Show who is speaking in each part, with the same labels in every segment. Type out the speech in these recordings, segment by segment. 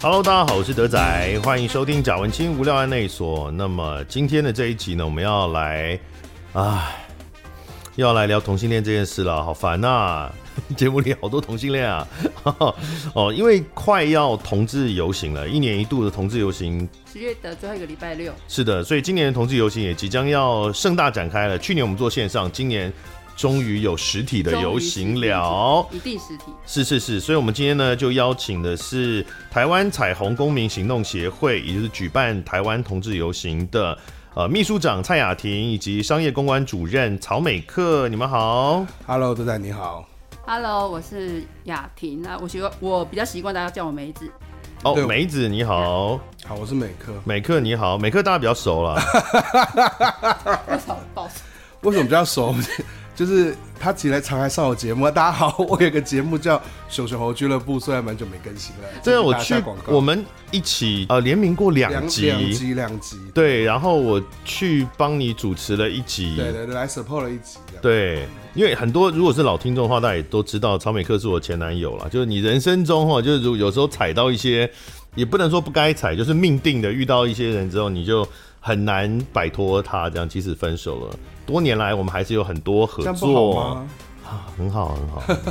Speaker 1: Hello，大家好，我是德仔，欢迎收听贾文清无聊案内所。那么今天的这一集呢，我们要来，唉，要来聊同性恋这件事了，好烦呐、 节目里好多同性恋啊， 哦，因为快要同志游行了，一年一度的同志游行，
Speaker 2: 十月的最后一个礼拜六，
Speaker 1: 是的，所以今年的同志游行也即将要盛大展开了。去年我们做线上，今年终于有实体的游行了。
Speaker 2: 一定实体。
Speaker 1: 是是是，所以我们今天呢就邀请的是台湾彩虹公民行动协会，也就是举办台湾同志游行的呃秘书长蔡雅婷以及商业公关主任曹美克，你们好。
Speaker 3: Hello，德仔你好。
Speaker 2: Hello，我是雅婷啊，我习惯我比较习惯大家叫我梅子，
Speaker 1: 哦，
Speaker 3: 对
Speaker 1: 梅子你好，
Speaker 3: 好，我是美克。
Speaker 1: 美克你好，美克大家比较熟了，
Speaker 2: 为什么报仇？
Speaker 3: 为什么比较熟？ 就是他其实来常来上我节目。大家好，我有个节目叫《熊熊猴俱乐部》，虽然蛮久没更新了。
Speaker 1: 真的啊
Speaker 3: 请
Speaker 1: 我
Speaker 3: 大家
Speaker 1: 去
Speaker 3: 下广告
Speaker 1: 我们一起呃联名过两
Speaker 3: 两
Speaker 1: 集，嗯
Speaker 3: 两集两集，
Speaker 1: 对，然后我去帮你主持了一集，
Speaker 3: 对对对，来 support 了一集这样。
Speaker 1: 对，因为很多如果是老听众的话，大家也都知道，曹美克是我前男友啦。就是你人生中哈，就是如有时候踩到一些，也不能说不该踩，就是命定的遇到一些人之后，你就很难摆脱他。这样，即使分手了，多年来我们还是有很多合
Speaker 3: 这样不
Speaker 1: 作，
Speaker 3: 好吗？
Speaker 1: 很好，很好，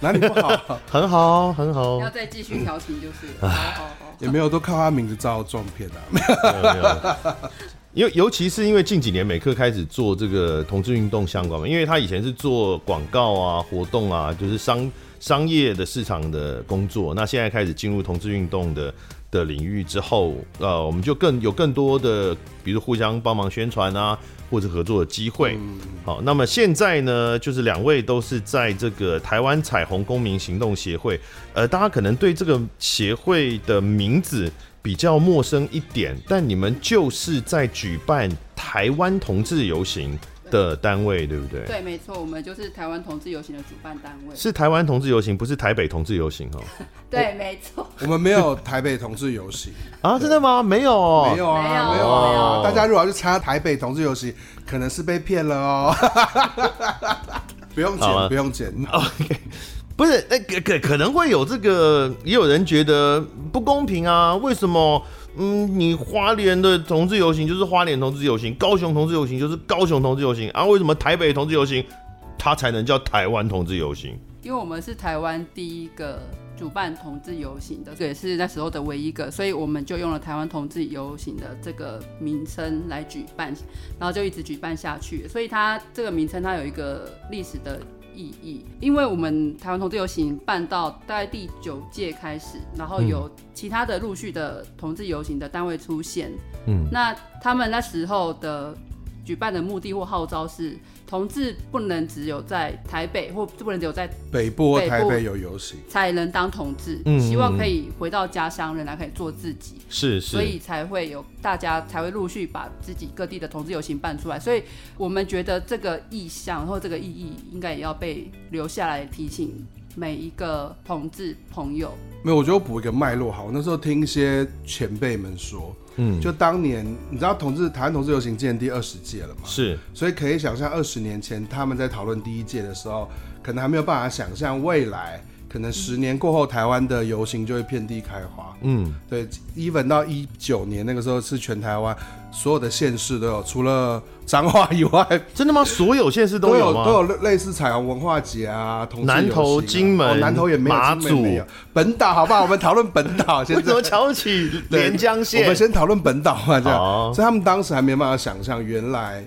Speaker 3: 哪里不好？
Speaker 1: 很好，很好
Speaker 2: 不要。再继续调情就是了。哦哦
Speaker 3: 也没有，都靠他名字照撞 骗的、啊。
Speaker 1: 没有没有 因为尤其是因为近几年美克开始做这个同志运动相关嘛，因为他以前是做广告啊、活动啊，就是商商业的市场的工作，那现在开始进入同志运动的的领域之后，呃，我们就更有更多的，比如互相帮忙宣传啊，或者合作的机会。好，那么现在呢，就是两位都是在这个台湾彩虹公民行动协会，呃，大家可能对这个协会的名字比较陌生一点，但你们就是在举办台湾同志游行的单位，对不对？
Speaker 2: 对，没错，我们就是台湾同志游行的主办单位。
Speaker 1: 是台湾同志游行，不是台北同志游行哦。
Speaker 2: 对，没错，
Speaker 3: 我们没有台北同志游行，
Speaker 1: 啊，真的吗？没有哦，
Speaker 3: 没有啊，
Speaker 2: 没有
Speaker 3: 没有啊。
Speaker 1: 哦
Speaker 3: 大家如果要去参加台北同志游行，可能是被骗了哦。 不用
Speaker 1: 好啊
Speaker 3: 剪，
Speaker 1: 了
Speaker 3: 不用剪。
Speaker 1: OK，不是，那可可可能会有这个，也有人觉得不公平啊？为什么？嗯，你花莲的同志游行就是花莲同志游行，高雄同志游行就是高雄同志游行啊？为什么台北同志游行它才能叫台湾同志游行？
Speaker 2: 因为我们是台湾第一个主办同志游行的，这也是那时候的唯一一个，所以我们就用了台湾同志游行的这个名称来举办，然后就一直举办下去。所以它这个名称它有一个历史的意义，因为我们台湾同志游行办到大概第九届开始，然后有其他的陆续的同志游行的单位出现，
Speaker 1: 嗯，
Speaker 2: 那他们那时候的举办的目的或号召是，同志不能只有在台北或不能只有在
Speaker 3: 北部或
Speaker 2: 北部
Speaker 3: 台北有游行，
Speaker 2: 才能当同志，
Speaker 1: 嗯
Speaker 2: 希望可以回到家乡，仍然可以做自己，
Speaker 1: 是是，
Speaker 2: 所以才会有大家才会陆续把自己各地的同志游行办出来。所以我们觉得这个意向或这个意义，应该也要被留下来提醒每一个同志朋友。
Speaker 3: 没有，我觉得我补一个脉络好。我那时候听一些前辈们说，
Speaker 1: 嗯
Speaker 3: 就当年你知道同志台湾同志游行今年第二十届了嘛，
Speaker 1: 是
Speaker 3: 所以可以想象二十年前他们在讨论第一届的时候，可能还没有办法想象未来可能十年过后台湾的游行就会遍地开花。
Speaker 1: 嗯
Speaker 3: 对，even 到一九年那个时候是全台湾所有的县市都有，除了彰化以外，
Speaker 1: 真的吗？所有县市
Speaker 3: 都
Speaker 1: 有吗？
Speaker 3: 都有类类似彩虹文化节啊，同志
Speaker 1: 南
Speaker 3: 游
Speaker 1: 投
Speaker 3: 行啊
Speaker 1: 金门
Speaker 3: 哦南投也没有，
Speaker 1: 马
Speaker 3: 金门没
Speaker 1: 祖
Speaker 3: 有，本岛好不好？我们讨论本岛，现
Speaker 1: 为什
Speaker 3: 在
Speaker 1: 么瞧不起
Speaker 3: 对
Speaker 1: 连江
Speaker 3: 我们
Speaker 1: 县？
Speaker 3: 先讨论本岛嘛，这样，
Speaker 1: 好
Speaker 3: 所以他们当时还没办法想象，原来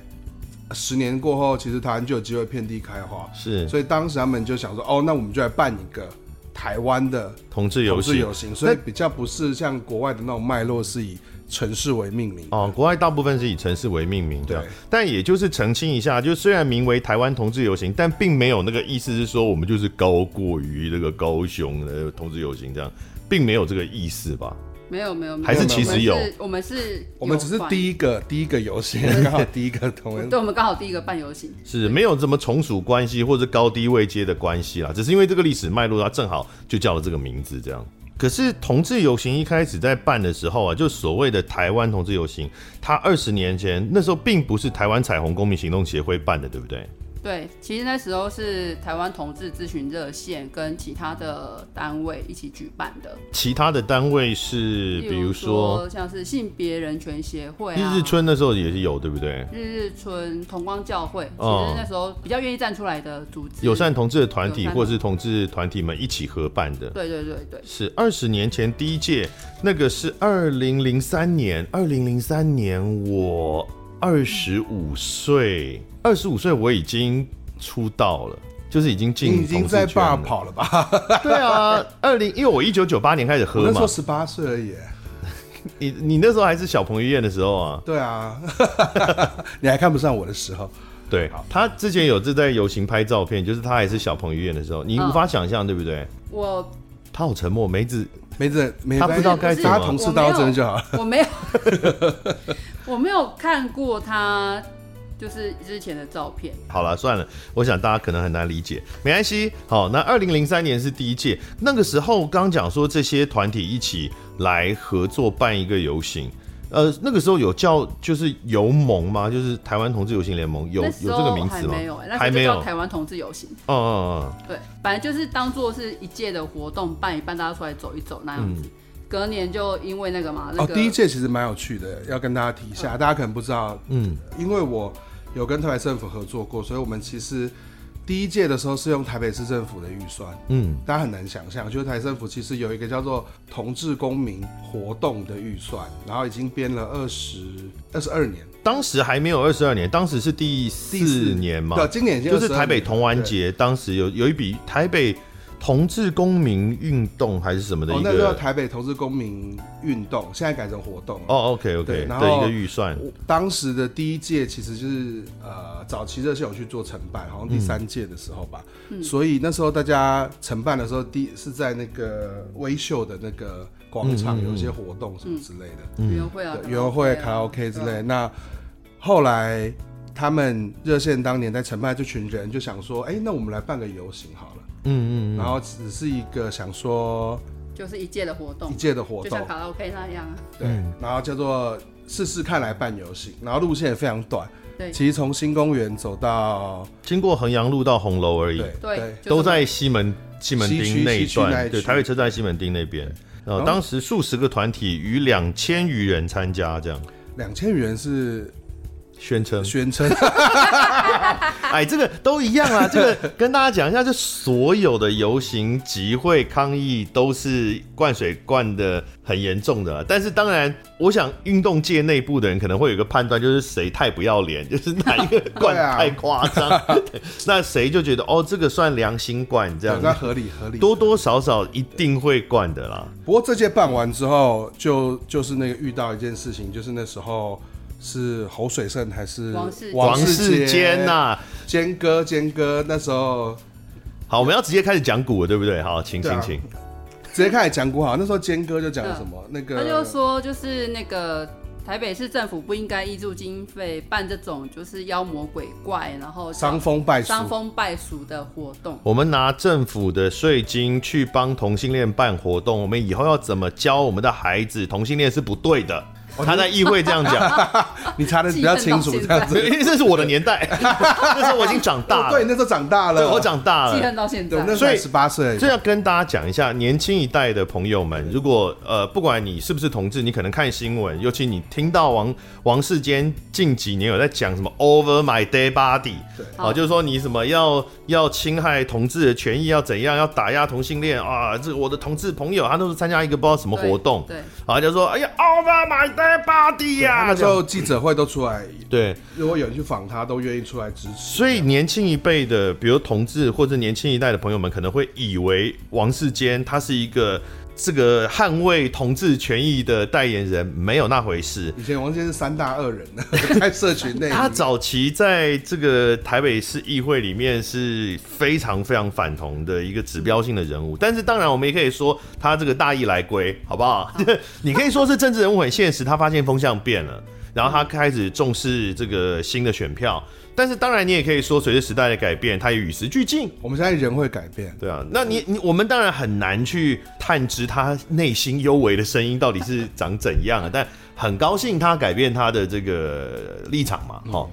Speaker 3: 十年过后，其实台湾就有机会遍地开花，
Speaker 1: 是
Speaker 3: 所以当时他们就想说，哦，那我们就来办一个台湾的
Speaker 1: 同志游
Speaker 3: 同志
Speaker 1: 行
Speaker 3: 游行，所以比较不是像国外的那种脉络是以城市为命名，
Speaker 1: 哦，国外大部分是以城市为命名的
Speaker 3: 对，
Speaker 1: 但也就是澄清一下，就虽然名为台湾同志游行，但并没有那个意思是说我们就是高过于那个高雄的同志游行这样，并没有这个意思吧？
Speaker 2: 没有没有，没有
Speaker 1: 还
Speaker 3: 是其
Speaker 1: 实有
Speaker 2: 我们是
Speaker 3: 我们只是
Speaker 2: 有
Speaker 3: 第一个第一个游行，刚好第一个
Speaker 2: 办，
Speaker 3: 同文。
Speaker 2: 对，我们刚好第一个办游行。
Speaker 1: 是没有什么从属关系或者高低位阶的关系啦，只是因为这个历史脉络，它正好就叫了这个名字这样。可是同志游行一开始在办的时候啊，就所谓的台湾同志游行，它二十年前那时候并不是台湾彩虹公民行动协会办的，对不对？
Speaker 2: 对，其实那时候是台湾同志咨询热线跟其他的单位一起举办的，
Speaker 1: 其他的单位是，比
Speaker 2: 例
Speaker 1: 如说
Speaker 2: 说像是性别人权协会啊、
Speaker 1: 日日春那时候也是有，对不对？
Speaker 2: 日日春同光教会，其
Speaker 1: 哦
Speaker 2: 实那时候比较愿意站出来的组织，
Speaker 1: 友善同志的团体
Speaker 2: 友善
Speaker 1: 或是同志团体们一起合办的，
Speaker 2: 对对对对，
Speaker 1: 是二十年前第一届，那个是二零零三年，二零零三年我二十五岁，二十五岁我已经出道了。就是已经进
Speaker 3: 你已经在
Speaker 1: 同志圈
Speaker 3: bar
Speaker 1: 了
Speaker 3: 跑了吧？
Speaker 1: 对啊，二零因为我一九九八年开始
Speaker 3: 我
Speaker 1: 喝
Speaker 3: 那时
Speaker 1: 嘛
Speaker 3: 候，十八岁而已。
Speaker 1: 你你那时候还是小彭于晏的时候啊，
Speaker 3: 对啊， 你还看不上我的时候，
Speaker 1: 对，他之前有这在游行拍照片，就是他还是小彭于晏的时候，你
Speaker 2: 嗯
Speaker 1: 无法想象，对不对？
Speaker 2: 我
Speaker 1: 他好沉默，梅子
Speaker 3: 梅子，梅子
Speaker 1: 他不知道该怎么
Speaker 3: 大家同事到这边就好了。
Speaker 2: 我没有， 我没有看过他就是之前的照片，
Speaker 1: 好了，算了，我想大家可能很难理解，没关系。好，那二零零三年是第一届，那个时候刚讲说这些团体一起来合作办一个游行，呃，那个时候有叫就是游盟吗？就是台湾同志游行联盟有
Speaker 2: 那
Speaker 1: 有
Speaker 2: 时
Speaker 1: 这
Speaker 2: 候
Speaker 1: 个名
Speaker 2: 还
Speaker 1: 词吗
Speaker 2: 没有、欸，？那时
Speaker 1: 还
Speaker 2: 候就
Speaker 1: 没有
Speaker 2: 叫，台湾同志游行，
Speaker 1: 嗯嗯嗯。
Speaker 2: 对，反正就是当做是一届的活动办一办，大家出来走一走那样子。
Speaker 1: 嗯
Speaker 2: 隔年就因为那个嘛，那
Speaker 3: 哦，
Speaker 2: 个、
Speaker 3: 第一届其实蛮有趣的，要跟大家提一下，大家可能不知道，嗯，因为我有跟台北政府合作过，所以我们其实第一届的时候是用台北市政府的预算，嗯，大家很难想象，就是台北政府其实有一个叫做同志公民活动的预算，然后已经编了二十二十二年，
Speaker 1: 当时还没有二十二年，当时是第
Speaker 3: 第四
Speaker 1: 四年嘛，
Speaker 3: 对，今年已经
Speaker 1: 就是
Speaker 3: 22
Speaker 1: 台北
Speaker 3: 年了
Speaker 1: 同玩
Speaker 3: 对
Speaker 1: 节，当时有有一笔台北同志公民运动还是什么的
Speaker 3: 哦
Speaker 1: 一，
Speaker 3: 那叫
Speaker 1: 个
Speaker 3: 台北同志公民运动，现在改成活动了。
Speaker 1: 哦，OK OK
Speaker 3: 对然
Speaker 1: 的一
Speaker 3: 后
Speaker 1: 个预算，嗯
Speaker 3: 我当时的第一届其实就是呃早期热线有去做承办，好像第三届的时候吧，
Speaker 2: 嗯
Speaker 3: 所以那时候大家承办的时候，第是在那个微秀的那个广
Speaker 1: 嗯
Speaker 3: 场有一些活动什么之类的，
Speaker 2: 园游会啊，
Speaker 3: 对，园游会、卡
Speaker 2: 卡
Speaker 3: 拉
Speaker 2: 拉
Speaker 3: OK 之类
Speaker 2: 对
Speaker 3: 的。
Speaker 2: 啊
Speaker 3: 那后来他们热线当年在承办这群人就想说，哎、那我们来办个游行好了，
Speaker 1: 嗯嗯，
Speaker 3: 然后只是一个想说
Speaker 2: 就是一届的活动
Speaker 3: 一，届的活
Speaker 2: 就
Speaker 3: 动
Speaker 2: 像，卡拉 OK 那样啊。
Speaker 3: 对，
Speaker 1: 嗯
Speaker 3: 然后叫做试试看来办游行，然后路线也非常短，
Speaker 2: 对
Speaker 3: 其实从新公园走到
Speaker 1: 经过衡阳路到红楼而已，
Speaker 3: 对
Speaker 2: 对，就
Speaker 1: 都
Speaker 2: 是
Speaker 1: 在西门西门
Speaker 3: 西区
Speaker 1: 町那一
Speaker 3: 西区那
Speaker 1: 段，
Speaker 3: 一
Speaker 1: 对，
Speaker 3: 区
Speaker 1: 台北车站西门町那边。呃，
Speaker 3: 后
Speaker 1: 当时数十个团体与两千余人参加，这样
Speaker 3: 两千元是
Speaker 1: 宣称。
Speaker 3: 宣称，
Speaker 1: 哎，这个都一样 啊。这个跟大家讲一下，就所有的游行、集会、抗议都是灌水灌的很严重的啊、但是当然，我想运动界内部的人可能会有一个判断，就是谁太不要脸， 就是哪一个灌
Speaker 3: 对啊
Speaker 1: 太夸张， 对那谁就觉得哦，这个算良心灌这样
Speaker 3: 对 那
Speaker 1: 子，
Speaker 3: 合理合理。
Speaker 1: 多多少少一定会灌的啦。
Speaker 3: 不过这届办完之后，就就是那个遇到一件事情，就是那时候是侯水胜还是
Speaker 2: 王世坚
Speaker 1: 王世坚啊呐、
Speaker 3: 坚哥坚哥，那时候
Speaker 1: 好，我们要直接开始讲股了，对不对？好，请
Speaker 3: 对
Speaker 1: 请
Speaker 3: 啊
Speaker 1: 请，
Speaker 3: 直接开始讲古好，那时候坚哥就讲了什么？那
Speaker 2: 嗯他就
Speaker 3: 个
Speaker 2: 说，就是那个台北市政府不应该挹注经费办这种就是妖魔鬼怪，然后
Speaker 3: 伤风败俗，
Speaker 2: 伤风败俗的活动。
Speaker 1: 我们拿政府的税金去帮同性恋办活动，我们以后要怎么教我们的孩子同性恋是不对的？他在议会这样讲，
Speaker 3: 你查的比较清楚，
Speaker 2: 记恨
Speaker 3: 这
Speaker 2: 到
Speaker 3: 样
Speaker 2: 现
Speaker 1: 因
Speaker 3: 子。
Speaker 1: 为这是我的年代， 那时候我已经长 大
Speaker 3: 哦对，
Speaker 1: 了，
Speaker 3: 那时候长大
Speaker 1: 对
Speaker 3: 了，
Speaker 1: 我，长大
Speaker 2: 记
Speaker 1: 了。
Speaker 2: 恨到现
Speaker 3: 对，我那
Speaker 2: 在，
Speaker 3: 时
Speaker 1: 所
Speaker 3: 候
Speaker 1: 以
Speaker 3: 十八岁，
Speaker 1: 这要跟大家讲一下，年轻一代的朋友们，如果呃，不管你是不是同志，你可能看新闻，尤其你听到王王世坚近几年有在讲什么 “over my dead body”，
Speaker 3: 对
Speaker 1: 啊，就是说你什么要要侵害同志的权益，要怎样，要打压同性恋啊，这个我的同志朋友他都是参加一个不知道什么活动，
Speaker 2: 对，
Speaker 1: 啊，就说哎呀，over my dead body 呀、
Speaker 3: 那时
Speaker 1: 就
Speaker 3: 候记者会都出来，
Speaker 1: 对，
Speaker 3: 如果有人去访他，都愿意出来支持。
Speaker 1: 所以年轻一辈的，比如同志或者年轻一代的朋友们，可能会以为王世坚他是一个这个捍卫同志权益的代言人，没有那回事。
Speaker 3: 以前王健是三大恶人， 在社群内，
Speaker 1: 他早期在这个台北市议会里面是非常非常反同的一个指标性的人物，但是当然我们也可以说他这个大义来归，好不好？你可以说是政治人物很现实，他发现风向变了，然后他开始重视这个新的选票，但是当然你也可以说随着时代的改变，他也与时俱进。
Speaker 3: 我们现在人会改变，
Speaker 1: 对啊，那你你我们当然很难去探知他内心幽微的声音到底是长怎样啊，但很高兴他改变他的这个立场嘛，哈、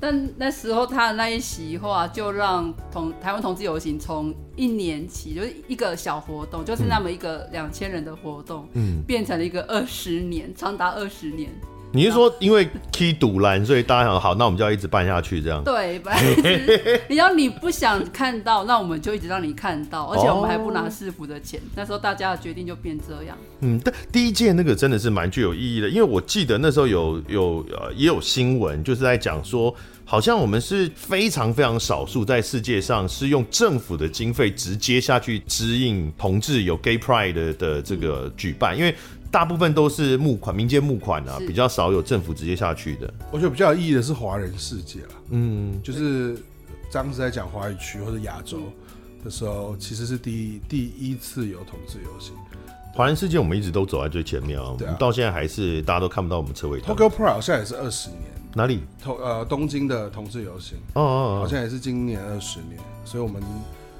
Speaker 2: 但但那时候他的那一席话，就让同台湾同志游行从一年起，就是一个小活动，就是那么一个两千人的活动，嗯，变成了一个二十年，长达二十年。
Speaker 1: 你是说因为 K 堵拦，所以大家想好，那我们就要一直办下去这样？
Speaker 2: 对，本来是你要你不想看到，那我们就一直让你看到，
Speaker 1: 哦
Speaker 2: 而且我们还不拿市府的钱。那时候大家的决定就变这样。
Speaker 1: 嗯，但第一届那个真的是蛮具有意义的，因为我记得那时候有有呃也有新闻，就是在讲说，好像我们是非常非常少数在世界上是用政府的经费直接下去指引同志有 Gay Pride 的的这
Speaker 3: 嗯
Speaker 1: 个举办，因为大部分都是募款、民间募款啊，
Speaker 2: 是
Speaker 1: 比较少有政府直接下去的。
Speaker 3: 我觉得比较有意义的是华人世界啦，
Speaker 1: 嗯，
Speaker 3: 就是当时在讲华语区或者亚洲的时候，其实是第一第一次有同志游行
Speaker 1: 嗯华人世界我们一直都走在最前面啊，我
Speaker 3: 对啊
Speaker 1: 们到现在还是大家都看不到我们车尾灯。
Speaker 3: ，Tokyo Pride 好像也是二十年，
Speaker 1: 哪里？
Speaker 3: 同呃东京的同志游行
Speaker 1: 哦哦
Speaker 3: 好
Speaker 1: 哦，
Speaker 3: 像也是今年二十年，所以我们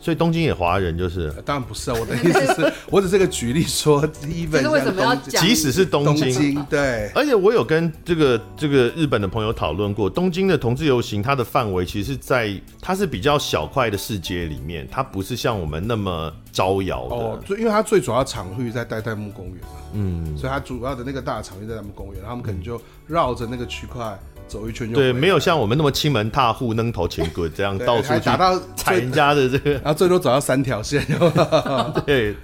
Speaker 1: 所以东京也华人就是。
Speaker 3: 呃当然不是啊，我的意思 是，我只是个举例说，even
Speaker 2: 是为什么要
Speaker 3: 像东
Speaker 2: 讲
Speaker 1: 即使是东
Speaker 3: 东
Speaker 1: 京，
Speaker 3: 京对，
Speaker 1: 而且我有跟这个这个日本的朋友讨论过，东京的同志游行，它的范围其实是在它是比较小块的市街里面，它不是像我们那么招摇的。
Speaker 3: 哦，最因为它最主要场域在代代木公园嘛，嗯，所以它主要的那个大场域在代代木公园，然后他们可能就绕着那个区块走一圈就
Speaker 1: 对，
Speaker 3: 回来
Speaker 1: 没有像我们那么亲门踏户、扔头前滚这样
Speaker 3: 对
Speaker 1: 到处
Speaker 3: 还
Speaker 1: 去
Speaker 3: 打到
Speaker 1: 踩
Speaker 3: 最，
Speaker 1: 人家的这个。
Speaker 3: 然后最多走到三条线，
Speaker 1: 对，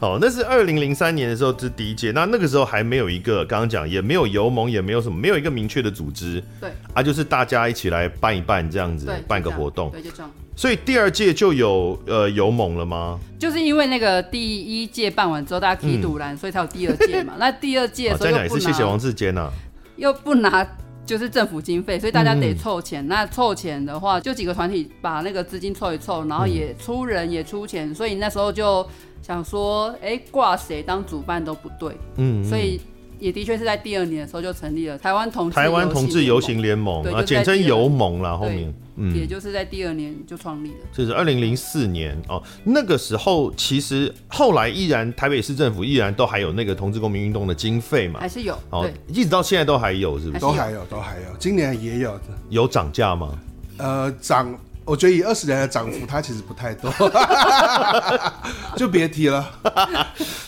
Speaker 1: 好，那是二零零三年的时候是第一届，那那个时候还没有一个刚刚讲，也没有游盟，也没有什么，没有一个明确的组织
Speaker 2: 对
Speaker 1: 啊，就是大家一起来办一办这样子
Speaker 2: 对，，
Speaker 1: 办
Speaker 2: 就
Speaker 1: 个
Speaker 2: 这样
Speaker 1: 活动。
Speaker 2: 对，就这样。
Speaker 1: 所以第二届就有呃游盟了吗？
Speaker 2: 就是因为那个第一届办完之后，大
Speaker 1: 嗯
Speaker 2: 家踢赌篮，所以才有第二届嘛。那第二届
Speaker 1: 啊，
Speaker 2: 的时候
Speaker 1: 再
Speaker 2: 又
Speaker 1: 讲一
Speaker 2: 不
Speaker 1: 次，谢谢
Speaker 2: 拿
Speaker 1: 王志坚呐。
Speaker 2: 又不拿就是政府经费，所以大家得凑钱。那凑钱的话，就几个团体把那个资金凑一凑，然后也出人也出钱，所以那时候就想说，哎、挂谁当主办都不对，
Speaker 1: 嗯，
Speaker 2: 所以也的确是在第二年的时候就成立了台湾同志
Speaker 1: 台湾同志游
Speaker 2: 联啊
Speaker 1: 行联盟
Speaker 2: 对
Speaker 1: 啊，
Speaker 2: 就在
Speaker 1: 简称
Speaker 2: 第二
Speaker 1: 游盟啦，后
Speaker 2: 对
Speaker 1: 面
Speaker 2: 盟，
Speaker 1: 嗯
Speaker 2: 也，就是在第二年就创立了。
Speaker 1: 这是二零零四年哦。那个时候其实后来依然台北市政府依然都还有那个同志公民运动的经费嘛
Speaker 2: 还，是有
Speaker 1: 哦
Speaker 2: 对，，
Speaker 1: 一直到现在都还有，是不是？
Speaker 2: 还是
Speaker 3: 都还有都还有，今年也有，
Speaker 1: 有涨价吗？
Speaker 3: 呃，涨，我觉得以二十年的涨幅，它其实不 太多， 就别提了。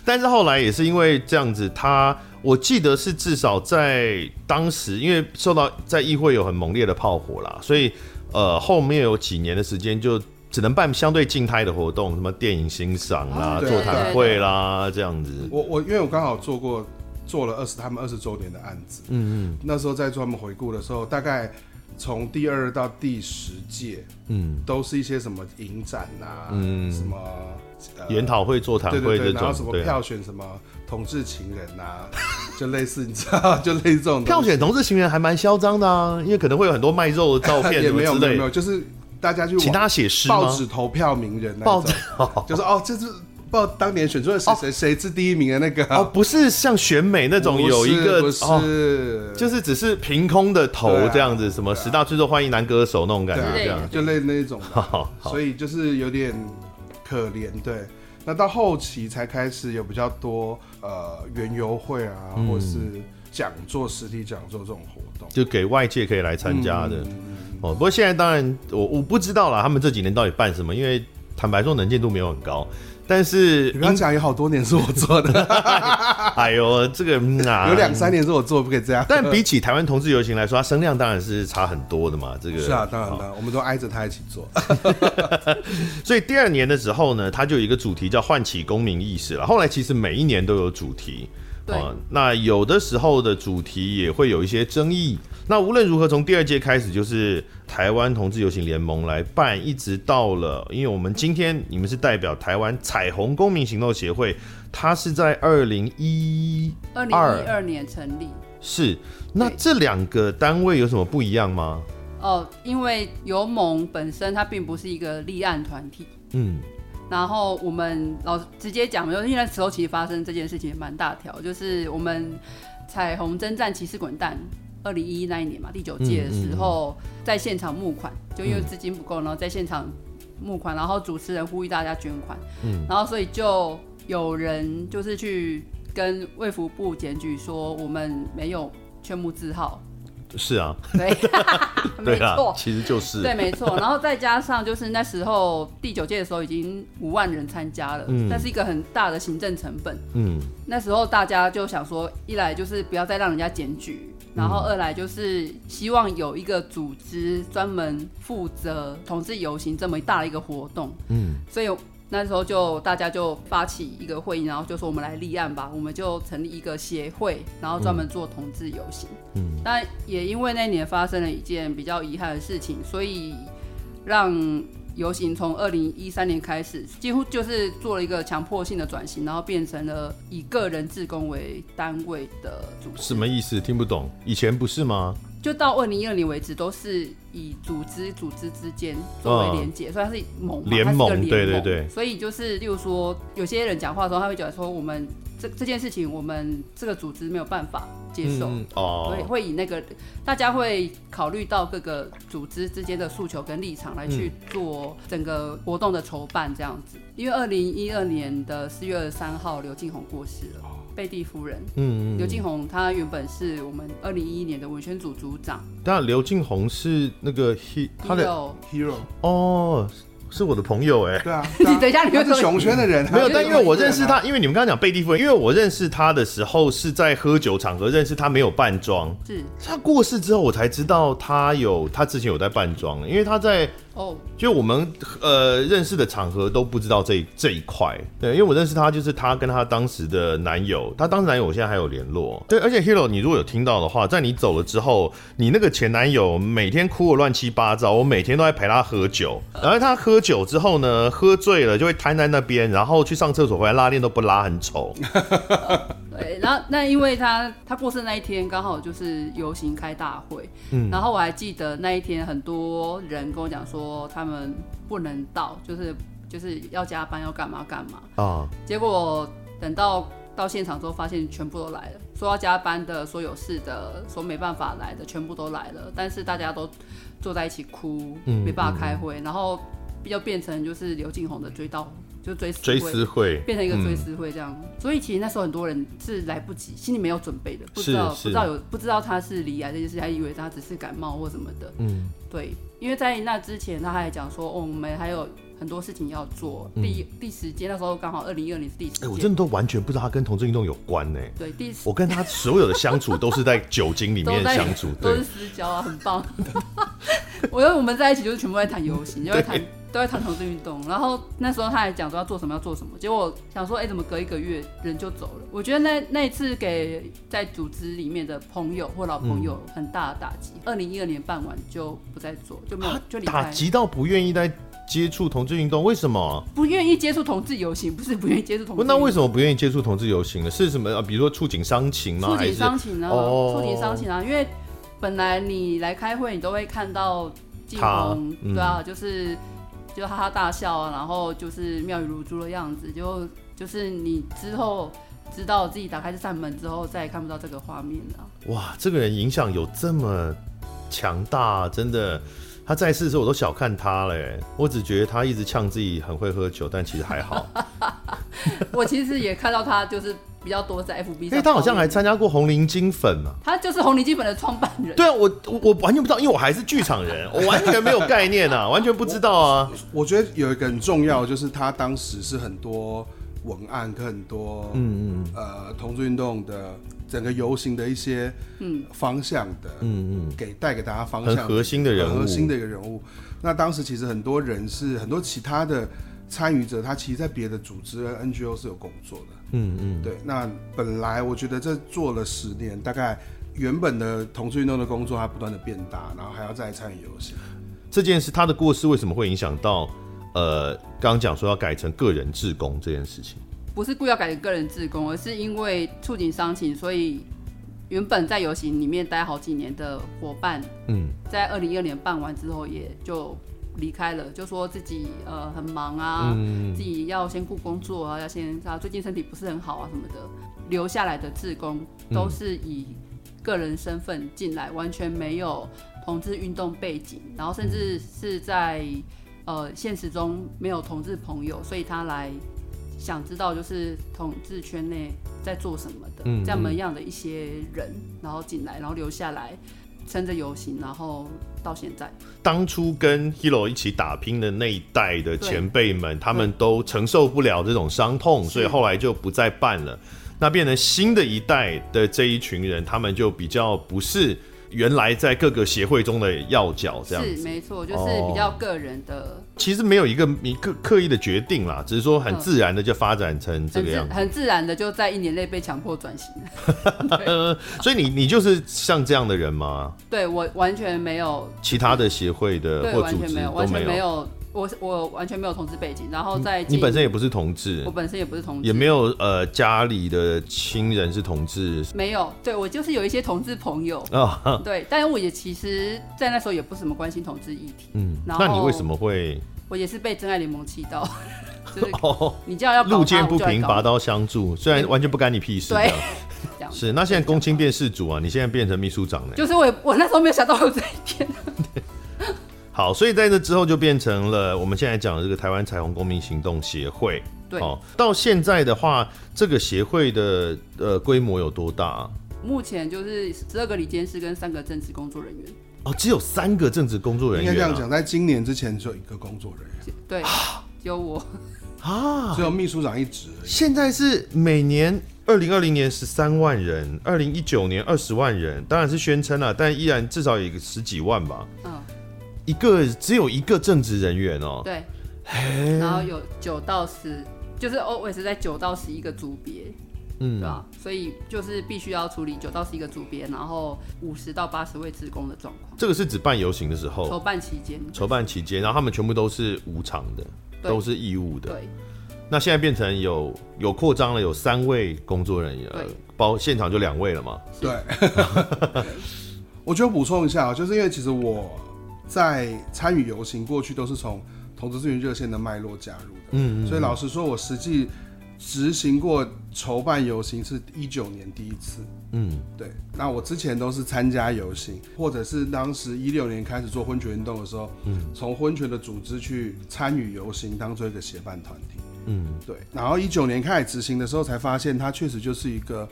Speaker 1: 但是后来也是因为这样子，他我记得是至少在当时，因为受到在议会有很猛烈的炮火啦，所以呃后面有几年的时间就只能办相对静态的活动，什么电影欣赏啦、
Speaker 2: 哦
Speaker 3: 啊对
Speaker 1: 座谈会啦这样子。
Speaker 3: 我我因为我刚好做过做了二十他们二十周年的案子，嗯嗯，那时候在做他们回顾的时候，大概从第二到第十届，嗯，都是一些什么影展啊，嗯，什么、呃
Speaker 1: 研讨会、座谈
Speaker 3: 对
Speaker 1: 会
Speaker 3: 对
Speaker 1: 这
Speaker 3: 对，然后什
Speaker 1: 种，
Speaker 3: 么
Speaker 1: 对啊。
Speaker 3: 票选什么同志情人啊，就类似你知道，就类似这种东
Speaker 1: 票
Speaker 3: 西
Speaker 1: 选同志情人还蛮嚣张的啊，因为可能会有很多卖肉的照片
Speaker 3: 也
Speaker 1: 什么
Speaker 3: 没有没
Speaker 1: 之
Speaker 3: 有
Speaker 1: 类
Speaker 3: 没
Speaker 1: 的
Speaker 3: 有，，就是大家去
Speaker 1: 请
Speaker 3: 网
Speaker 1: 大家写诗吗
Speaker 3: 报？纸投票名人那
Speaker 1: 报
Speaker 3: 种
Speaker 1: 纸，哦
Speaker 3: 就是哦，这是报当年选出了谁谁谁是第一名的那个，
Speaker 1: 哦，不是像选美那种
Speaker 3: 啊不是
Speaker 1: 有一个
Speaker 3: 不
Speaker 1: 哦
Speaker 3: 是，
Speaker 1: 就是只是凭空的投
Speaker 3: 对啊
Speaker 1: 这样子，什么十大最受欢迎男歌手那种感
Speaker 3: 对
Speaker 1: 觉这
Speaker 2: 类
Speaker 3: 啊
Speaker 1: 样
Speaker 2: 的。
Speaker 3: 就类那一种的，
Speaker 1: 好好，
Speaker 3: 所以就是有点可怜，对。那到后期才开始有比较多呃园游会啊，
Speaker 1: 嗯
Speaker 3: 或是讲座、实体讲座这种活动。
Speaker 1: 就给外界可以来参加的。
Speaker 3: 嗯
Speaker 1: 哦，不过现在当然我我不知道啦，他们这几年到底办什么，因为坦白说能见度没有很高。但是
Speaker 3: 你，刚讲有好多年是我做的，
Speaker 1: 哎呦，这个、嗯、 啊，
Speaker 3: 有两三年是我做，不可以这样。
Speaker 1: 但比起台湾同志游行来说，它声量当然是差很多的嘛。这个
Speaker 3: 是啊，当然
Speaker 1: 好
Speaker 3: 当然，我们都挨着他一起做。
Speaker 1: 所以第二年的时候呢，它就有一个主题叫唤起公民意识了。后来其实每一年都有主题，
Speaker 2: 对
Speaker 1: 啊那有的时候的主题也会有一些争议。那无论如何，从第二届开始就是台湾同志游行联盟来办，一直到了，因为我们今天你们是代表台湾彩虹公民行动协会，它是在二零一
Speaker 2: 二零一二年成立
Speaker 1: 是。那
Speaker 2: 对
Speaker 1: 这两个单位有什么不一样吗？
Speaker 2: 哦，因为游盟本身它并不是一个立案团体，
Speaker 1: 嗯，
Speaker 2: 然后我们老直接讲，就是因为那时候其实发生这件事情也蛮大条，就是我们彩虹征战骑士滚蛋。二零一一那一年嘛，第九届的时候，在现场募款，就因为资金不够，然后在现场募款，然后主持人呼吁大家捐款，
Speaker 1: 嗯
Speaker 2: 然后所以就有人就是去跟卫福部检举说我们没有劝募字号，
Speaker 1: 是啊，
Speaker 2: 对， 没
Speaker 1: 对啊
Speaker 2: 错，，
Speaker 1: 其实就是
Speaker 2: 对，没错。然后再加上就是那时候第九届的时候已经五万人参加了，那是一个很大的行政成本。
Speaker 1: 嗯
Speaker 2: 那时候大家就想说，一来就是不要再让人家检举，然后二来就是希望有一个组织专门负责同志游行这么大的一个活动，
Speaker 1: 嗯
Speaker 2: 所以。那时候就大家就发起一个会议，然后就说我们来立案吧，我们就成立一个协会，然后专门做同志游行。
Speaker 1: 嗯
Speaker 2: 但也因为那年发生了一件比较遗憾的事情，所以让游行从二零一三年开始，几乎就是做了一个强迫性的转型，然后变成了以个人自工为单位的组织。
Speaker 1: 什么？意思？听不懂。以前不是吗？
Speaker 2: 就到二零一二年为止，都是以组织组织之间作为连接，所以它是盟嘛，
Speaker 1: 嗯联
Speaker 2: 它是一
Speaker 1: 盟
Speaker 2: 个联盟，
Speaker 1: 对对对
Speaker 2: 所以就是，例如说，有些人讲话的时候，他会讲说，我们这这件事情，我们这个组织没有办法接受，
Speaker 1: 嗯
Speaker 2: 会
Speaker 1: 哦，
Speaker 2: 会以那个大家会考虑到各个组织之间的诉求跟立场来去做整个活动的筹办这样子。因为二零一二年的四月二十三号，刘敬宏过世了，贝蒂夫人。
Speaker 1: 嗯
Speaker 2: 刘
Speaker 1: 嗯。
Speaker 2: 敬宏他原本是我们二零一一年的文宣组组长，
Speaker 1: 但刘敬宏是那个 he 他的
Speaker 2: 有
Speaker 3: Hero，
Speaker 1: 哦，是我的朋友哎。
Speaker 3: 对啊，
Speaker 2: 你
Speaker 3: 对啊
Speaker 2: 等一下你会
Speaker 3: 他是
Speaker 2: 说
Speaker 3: 熊圈的人，
Speaker 1: 没有，
Speaker 3: 他是
Speaker 1: 但因为我认识
Speaker 3: 熊圈的人啊，
Speaker 1: 他，因为你们刚刚讲贝蒂夫人，因为我认识他的时候是在喝酒场合认识他，没有扮装。
Speaker 2: 是
Speaker 1: 他过世之后，我才知道他有他之前有在扮装，因为他在
Speaker 2: 哦，
Speaker 1: 就我们呃认识的场合都不知道这一这一块，对，因为我认识他就是他跟他当时的男友，他当时男友我现在还有联络，对，而且 Hero 你如果有听到的话，在你走了之后，你那个前男友每天哭的乱七八糟，我每天都在陪他喝酒，然后他喝酒之后呢，喝醉了就会瘫在那边，然后去上厕所回来拉链都不拉，很丑，
Speaker 2: 对，然后那因为他他过世那一天刚好就是游行开大会，嗯，然后我还记得那一天很多人跟我讲说他们不能到，就是就是要加班要干嘛干嘛，
Speaker 1: 啊，
Speaker 2: 结果等到到现场之后发现全部都来了，说要加班的，说有事的，说没办法来的，全部都来了，但是大家都坐在一起哭，没办法开会，然后就变成就是刘敬宏的追悼，就追思
Speaker 1: 追
Speaker 2: 会
Speaker 1: 思会，
Speaker 2: 变成一个追思会这样。所以其实那时候很多人是来不及，心里没有准备的，不知道
Speaker 1: 是
Speaker 2: 不知道有不知道他是离癌这件事，还以为他只是感冒或什么的。
Speaker 1: 嗯
Speaker 2: 对，因为在那之前他还讲说，哦，我们还有很多事情要做。第一第十届那时候刚好二零一二年是第十
Speaker 1: 嗯哎、我
Speaker 2: 届，
Speaker 1: 真的都完全不知道他跟同志运动有关呢、
Speaker 2: 对第十
Speaker 1: 我跟他所有的相处都是在酒精里
Speaker 2: 都
Speaker 1: 面
Speaker 2: 在
Speaker 1: 相处，
Speaker 2: 都
Speaker 1: 对
Speaker 2: 是。私交啊，很棒。 我因为我们在一起就是全部在谈游 行，就在谈都在谈同志运动。然后那时候他还讲说要做什么要做什么，结果想说哎、怎么隔一个月人就走了？我觉得那那一次给在组织里面的朋友或老朋友
Speaker 1: 嗯
Speaker 2: 很大的打击。二零一二年办完就不再做，就没有就离
Speaker 1: 啊打
Speaker 2: 开。
Speaker 1: 击到不愿意再接触同志运动，为什么？
Speaker 2: 不愿意接触同志游行，不是不愿意接触同志运
Speaker 1: 那
Speaker 2: 动。
Speaker 1: 为什么不愿意接触同志游行呢？是什么啊？比如说触景伤情吗？
Speaker 2: 触
Speaker 1: 还
Speaker 2: 景
Speaker 1: 是
Speaker 2: 伤情啊，
Speaker 1: 哦
Speaker 2: 触景伤情啊，因为本来你来开会，你都会看到金
Speaker 1: 他
Speaker 2: 红，
Speaker 1: 嗯
Speaker 2: 对啊，就是就哈哈大笑啊，然后就是妙语如珠的样子，就就是你之后知道自己打开这扇门之后，再也看不到这个画面了。
Speaker 1: 哇，这个人影响有这么强大，真的。他在世的时候我都小看他嘞，我只觉得他一直呛自己很会喝酒，但其实还好。
Speaker 2: 我其实也看到他就是 比较多在 FB
Speaker 1: 因为
Speaker 2: 上，
Speaker 1: 他好像还，参加过红林金粉嘛。
Speaker 2: 他就是红泥基本的创办人，
Speaker 1: 对啊，我我我完全不知道，因为我还是剧场人，我完全没有概念啊，完全不知道啊。
Speaker 3: 我觉得有一个很重要，就是他当时是很多文案跟很多嗯嗯呃同志运动的整个游行的一些嗯方向的嗯嗯给带给大家方向
Speaker 1: 很核心的人物
Speaker 3: 很核心的一个人物。那当时其实很多人是很多其他的参与者，他其实在别的组织 NGO 是有工作的，
Speaker 1: 嗯嗯，
Speaker 3: 对，那本来我觉得这做了十年，大概原本的同志运动的工作，它不断的变大，然后还要再参与游戏。
Speaker 1: 这件事他的过世为什么会影响到呃，刚刚讲说要改成个人志工这件事情？
Speaker 2: 不是故意要改成个人自工，而是因为触景伤情，所以原本在游行里面待好几年的伙伴
Speaker 1: 嗯
Speaker 2: 在二零一二年办完之后，也就离开了，就说自己呃很忙啊，自己要先顾工作啊，要先啊最近身体不是很好啊什么的。留下来的志工都是以个人身份进来，完全没有同志运动背景，然后甚至是在呃现实中没有同志朋友，所以他来想知道就是同志圈内在做什么的，
Speaker 1: 嗯
Speaker 2: 这么样的一些人，然后进来，然后留下来。撑着游行，然后到现在。
Speaker 1: 当初跟 Hero 一起打拼的那一代的前辈们，他们都承受不了这种伤痛，所以后来就不再办了。那变成新的一代的这一群人，他们就比较不是原来在各个协会中的要角这样
Speaker 2: 是
Speaker 1: 子。
Speaker 2: 没错，就是比较个人的，
Speaker 1: 其实没有一个一个刻意的决定啦，只是说很自然的就发展成哦这
Speaker 2: 很
Speaker 1: 个
Speaker 2: 自
Speaker 1: 样 子。
Speaker 2: 很自然的就在一年内被强迫转型。
Speaker 1: 呃，所以你你就是像这样的人吗？
Speaker 2: 对我完全没有，
Speaker 1: 其他的协会的
Speaker 2: 对
Speaker 1: 或
Speaker 2: 完
Speaker 1: 组
Speaker 2: 全
Speaker 1: 织
Speaker 2: 没有，
Speaker 1: 都
Speaker 2: 完全
Speaker 1: 没
Speaker 2: 没
Speaker 1: 有。
Speaker 2: 有，我是我完全没有同志背景，然后在
Speaker 1: 你
Speaker 2: 进
Speaker 1: 本身也不是同志
Speaker 2: 我，本身也不是同志，
Speaker 1: 也没有呃家里的亲人是同志
Speaker 2: 没有，对我就是有一些同志朋友，
Speaker 1: 啊。
Speaker 2: 对，但是我也其实，在那时候也不是什么关心同志议题，
Speaker 1: 嗯，
Speaker 2: 然
Speaker 1: 那你
Speaker 2: 后
Speaker 1: 为什么会
Speaker 2: 我也是被真爱联盟气到， 就是
Speaker 1: 哦
Speaker 2: 你既然要搞
Speaker 1: 路
Speaker 2: 他
Speaker 1: 见
Speaker 2: 我
Speaker 1: 不
Speaker 2: 就来
Speaker 1: 平
Speaker 2: 搞
Speaker 1: 拔
Speaker 2: 你
Speaker 1: 刀相助？虽然完全不干你屁事，这
Speaker 2: 对
Speaker 1: 样
Speaker 2: 这样
Speaker 1: 是，那现在公卿变事主啊，你现在变成秘书长了。
Speaker 2: 就是我也我那时候没有想到有这一天，
Speaker 1: 好，所以在这之后就变成了我们现在讲的这个台湾彩虹公民行动协会。
Speaker 2: 对，
Speaker 1: 哦，到现在的话，这个协会的呃规模有多大啊？
Speaker 2: 目前就是十二个里监事跟三个正职工作人员，
Speaker 1: 哦，只有三个政治工作人
Speaker 3: 应该这
Speaker 1: 员
Speaker 3: 样
Speaker 1: 啊
Speaker 3: 讲，在今年之前只有一个工作人员，
Speaker 2: 对，只有我，
Speaker 1: 啊！
Speaker 3: 只有秘书长一职而已。
Speaker 1: 现在是每年二零二零年十三万人，二零一九年二十万人，当然是宣称了、但依然至少有一个十几万吧。
Speaker 2: 嗯，
Speaker 1: 一个只有一个正职人员哦，
Speaker 2: 对，然后有九到十，就是 always 在九到十一个组别，
Speaker 1: 嗯
Speaker 2: 对吧？所以就是必须要处理九到十一个组别，然后五十到八十位职工的状况。
Speaker 1: 这个是指办游行的时候，
Speaker 2: 筹办期间，
Speaker 1: 哦筹办期间，然后他们全部都是无偿的，
Speaker 2: 对
Speaker 1: 都是义务的。
Speaker 2: 对
Speaker 1: 那现在变成有有扩张了，有三位工作人员，
Speaker 2: 对
Speaker 1: 呃包现场就两位了嘛。
Speaker 3: 对，我觉得补充一下啊，就是因为其实我在参与游行，过去都是从同志咨询热线的脉络加入的，嗯所以老实说，我实际执行过筹办游行是一九年第一次，
Speaker 1: 嗯，
Speaker 3: 对，那我之前都是参加游行，或者是当时一六年开始做婚权运动的时候，嗯，从婚权的组织去参与游行，当做一个协办团体，嗯，对。然后一九年开始执行的时候，才发现它确实就是一个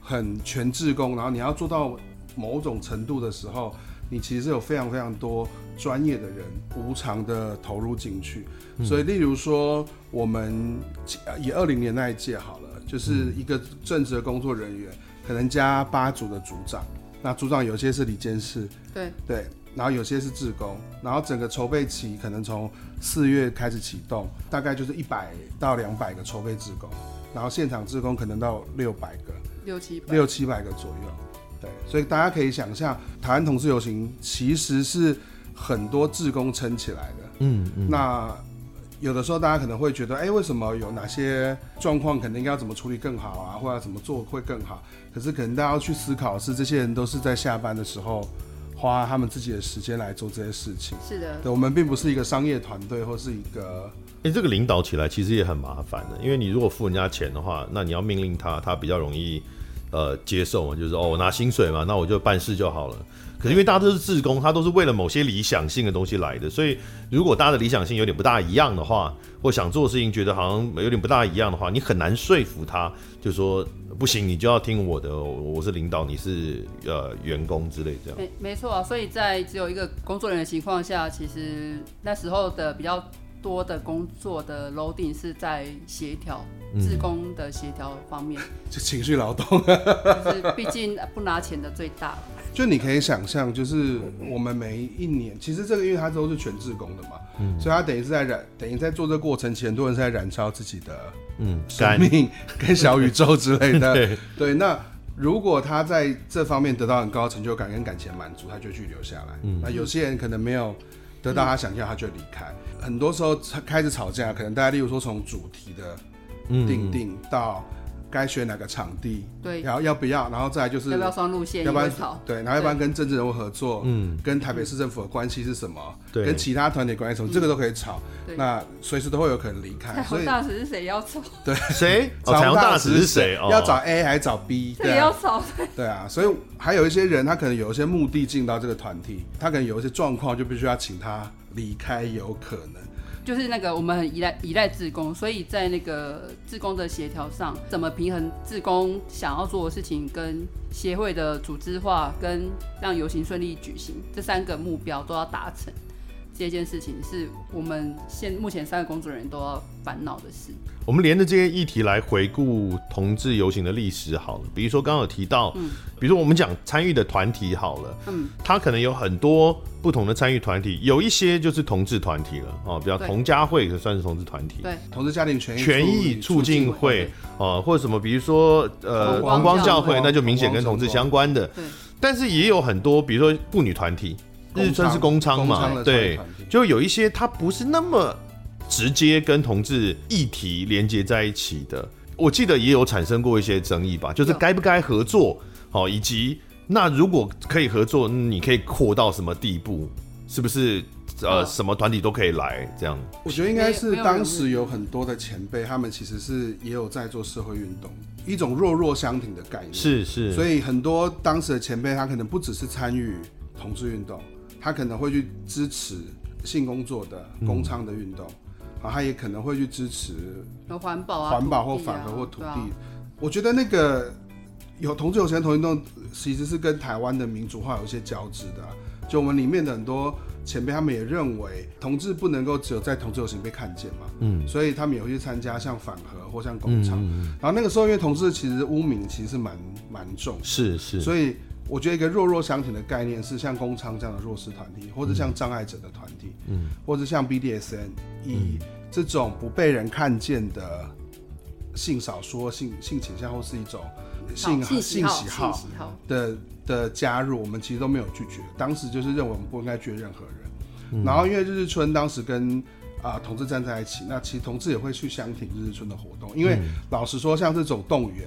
Speaker 3: 很全志工，然后你要做到某种程度的时候，你其实有非常非常多专业的人无偿的投入进去。所以，例如说，我们呃以二零年那一届好了，就是一个正职的工作人员，可能加八组的组长。那组长有些是里监事，
Speaker 2: 对
Speaker 3: 对，然后有些是志工，然后整个筹备期可能从四月开始启动，大概就是一百到两百个筹备志工，然后现场志工可能到六百个，
Speaker 2: 六七百，
Speaker 3: 六七百个左右。对，所以大家可以想象，台湾同志游行其实是很多志工撑起来的。嗯嗯。那有的时候大家可能会觉得，哎、为什么有哪些状况可能应该要怎么处理更好啊，或者怎么做会更好？可是可能大家要去思考的是，这些人都是在下班的时候花他们自己的时间来做这些事情。
Speaker 2: 是的，
Speaker 3: 对，我们并不是一个商业团队或是一个
Speaker 1: 哎、这个领导起来其实也很麻烦的，因为你如果付人家钱的话，那你要命令他，他比较容易呃接受嘛，就是哦我拿薪水嘛，那我就办事就好了。可是因为大家都是志工，他都是为了某些理想性的东西来的，所以如果大家的理想性有点不大一样的话，或想做的事情觉得好像有点不大一样的话，你很难说服他，就说不行，你就要听我的，我我是领导，你是呃员工之类这样。
Speaker 2: 没没错啊。所以在只有一个工作人员的情况下，其实那时候的比较多的工作的 loading 是在协调。
Speaker 3: 嗯
Speaker 2: 自工的协调方面，
Speaker 3: 就情绪劳动。
Speaker 2: 就是毕竟不拿钱的最大，
Speaker 3: 就你可以想象，就是我们每一年，其实这个因为它都是全自工的嘛，所以它等于是在燃，等于在做这个过程前，很多人是在燃烧自己的
Speaker 1: 嗯，
Speaker 3: 生
Speaker 1: 干
Speaker 3: 命 跟小宇宙之类的。对那如果他在这方面得到很高的成就感跟感情的满足，他就去留下来。那有些人可能没有得到他想要，他就离开。很多时候开始吵架，可能大家例如说从主题的定定到该选哪个场地，
Speaker 2: 对，
Speaker 3: 然后要不要，然后再来就是
Speaker 2: 要不要双路线，
Speaker 3: 要不
Speaker 2: 也
Speaker 3: 然
Speaker 2: 会吵
Speaker 3: 对，然后要不然跟政治人物合作，嗯，跟台北市政府的关系是什么？
Speaker 1: 对
Speaker 3: 跟其他团体关系是什么？这个都可以吵，
Speaker 2: 嗯对
Speaker 3: 那随时都会有可能离开，
Speaker 2: 彩
Speaker 3: 哎 所
Speaker 2: 虹
Speaker 3: 以
Speaker 2: 大使是谁要吵？
Speaker 1: 谁？哦，
Speaker 3: 找
Speaker 1: 彩虹大
Speaker 3: 使
Speaker 1: 使是谁？哦，
Speaker 3: 要找 A 还是找 B？
Speaker 2: 谁
Speaker 3: 对啊
Speaker 2: 要，吵？
Speaker 3: 对啊，所以还有一些人，他可能有一些目的进到这个团体，他可能有一些状况，就必须要请他离开，有可能。
Speaker 2: 就是那个我们很依赖依赖志工，所以在那个志工的协调上，怎么平衡志工想要做的事情跟协会的组织化跟让游行顺利举行这三个目标都要达成，这件事情是我们现目前三个工作人员都要烦恼的事。
Speaker 1: 我们连着这些议题来回顾同志游行的历史好了，比如说刚刚有提到，比如说我们讲参与的团体好了，
Speaker 2: 嗯，
Speaker 1: 它可能有很多不同的参与团体，有一些就是同志团体了哦，比较
Speaker 2: 对
Speaker 1: 同家会也算是同志团体，
Speaker 2: 对，
Speaker 3: 同志家庭权益
Speaker 1: 权益促进会哦，或者什么，比如说呃
Speaker 2: 同
Speaker 1: 同
Speaker 2: 光
Speaker 1: 光
Speaker 2: 教
Speaker 1: 教
Speaker 2: 会
Speaker 1: 会，那就明显跟同志相关的，
Speaker 2: 对，
Speaker 1: 但是也有很多，比如说妇女团体，
Speaker 3: 工
Speaker 1: 日算是工
Speaker 3: 商
Speaker 1: 娼
Speaker 3: 工商
Speaker 1: 嘛，
Speaker 3: 的
Speaker 1: 对
Speaker 3: 团体，
Speaker 1: 就有一些它不是那么直接跟同志议题连接在一起的。我记得也有产生过一些争议吧，就是
Speaker 2: 有
Speaker 1: 该不该合作，好，以及那如果可以合作，嗯你可以扩到什么地步，是不是？呃，
Speaker 2: 嗯
Speaker 1: 什么团体都可以来，这样
Speaker 3: 我觉得应该
Speaker 2: 没
Speaker 3: 是
Speaker 2: 有
Speaker 3: 当时有很多的前辈，他们其实是也有在做社会运动，一种弱弱相挺的概念。，
Speaker 1: 是是，
Speaker 3: 所
Speaker 1: 以
Speaker 3: 以很多当时的前辈，他可能不只是参与同志运动，他可能会去支持性工作的、工娼的运动，啊，他也可能会去支持
Speaker 2: 有环保啊，
Speaker 3: 环保或
Speaker 2: 土地啊
Speaker 3: 反核或土地。
Speaker 2: 对啊
Speaker 3: 我觉得那个有同志有钱同运动，其实是跟台湾的民主化有一些交织的啊、就我们里面的很多前辈，他们也认为同志不能够只有在同志游行被看见嘛，嗯，所以他们也会去参加像反核或像工厂。然后那个时候，因为同志其实污名其实是蛮蛮重的，
Speaker 1: 是是，
Speaker 3: 所以我觉得一个弱弱相挺的概念是像工厂这样的弱势团体，或者像障碍者的团体，嗯，或者像 BDSN，以这种不被人看见的性少说、性性倾向或是一种性
Speaker 2: 好性
Speaker 3: 性
Speaker 2: 好，
Speaker 3: 喜
Speaker 2: 性
Speaker 3: 好
Speaker 2: 喜好，
Speaker 3: 的的加入，我们其实都没有拒绝。当时就是认为我们不应该拒绝任何人。然后因为日日春当时跟啊、同志站在一起，那其实同志也会去相挺日日春的活动，因为老实说，像这种动员、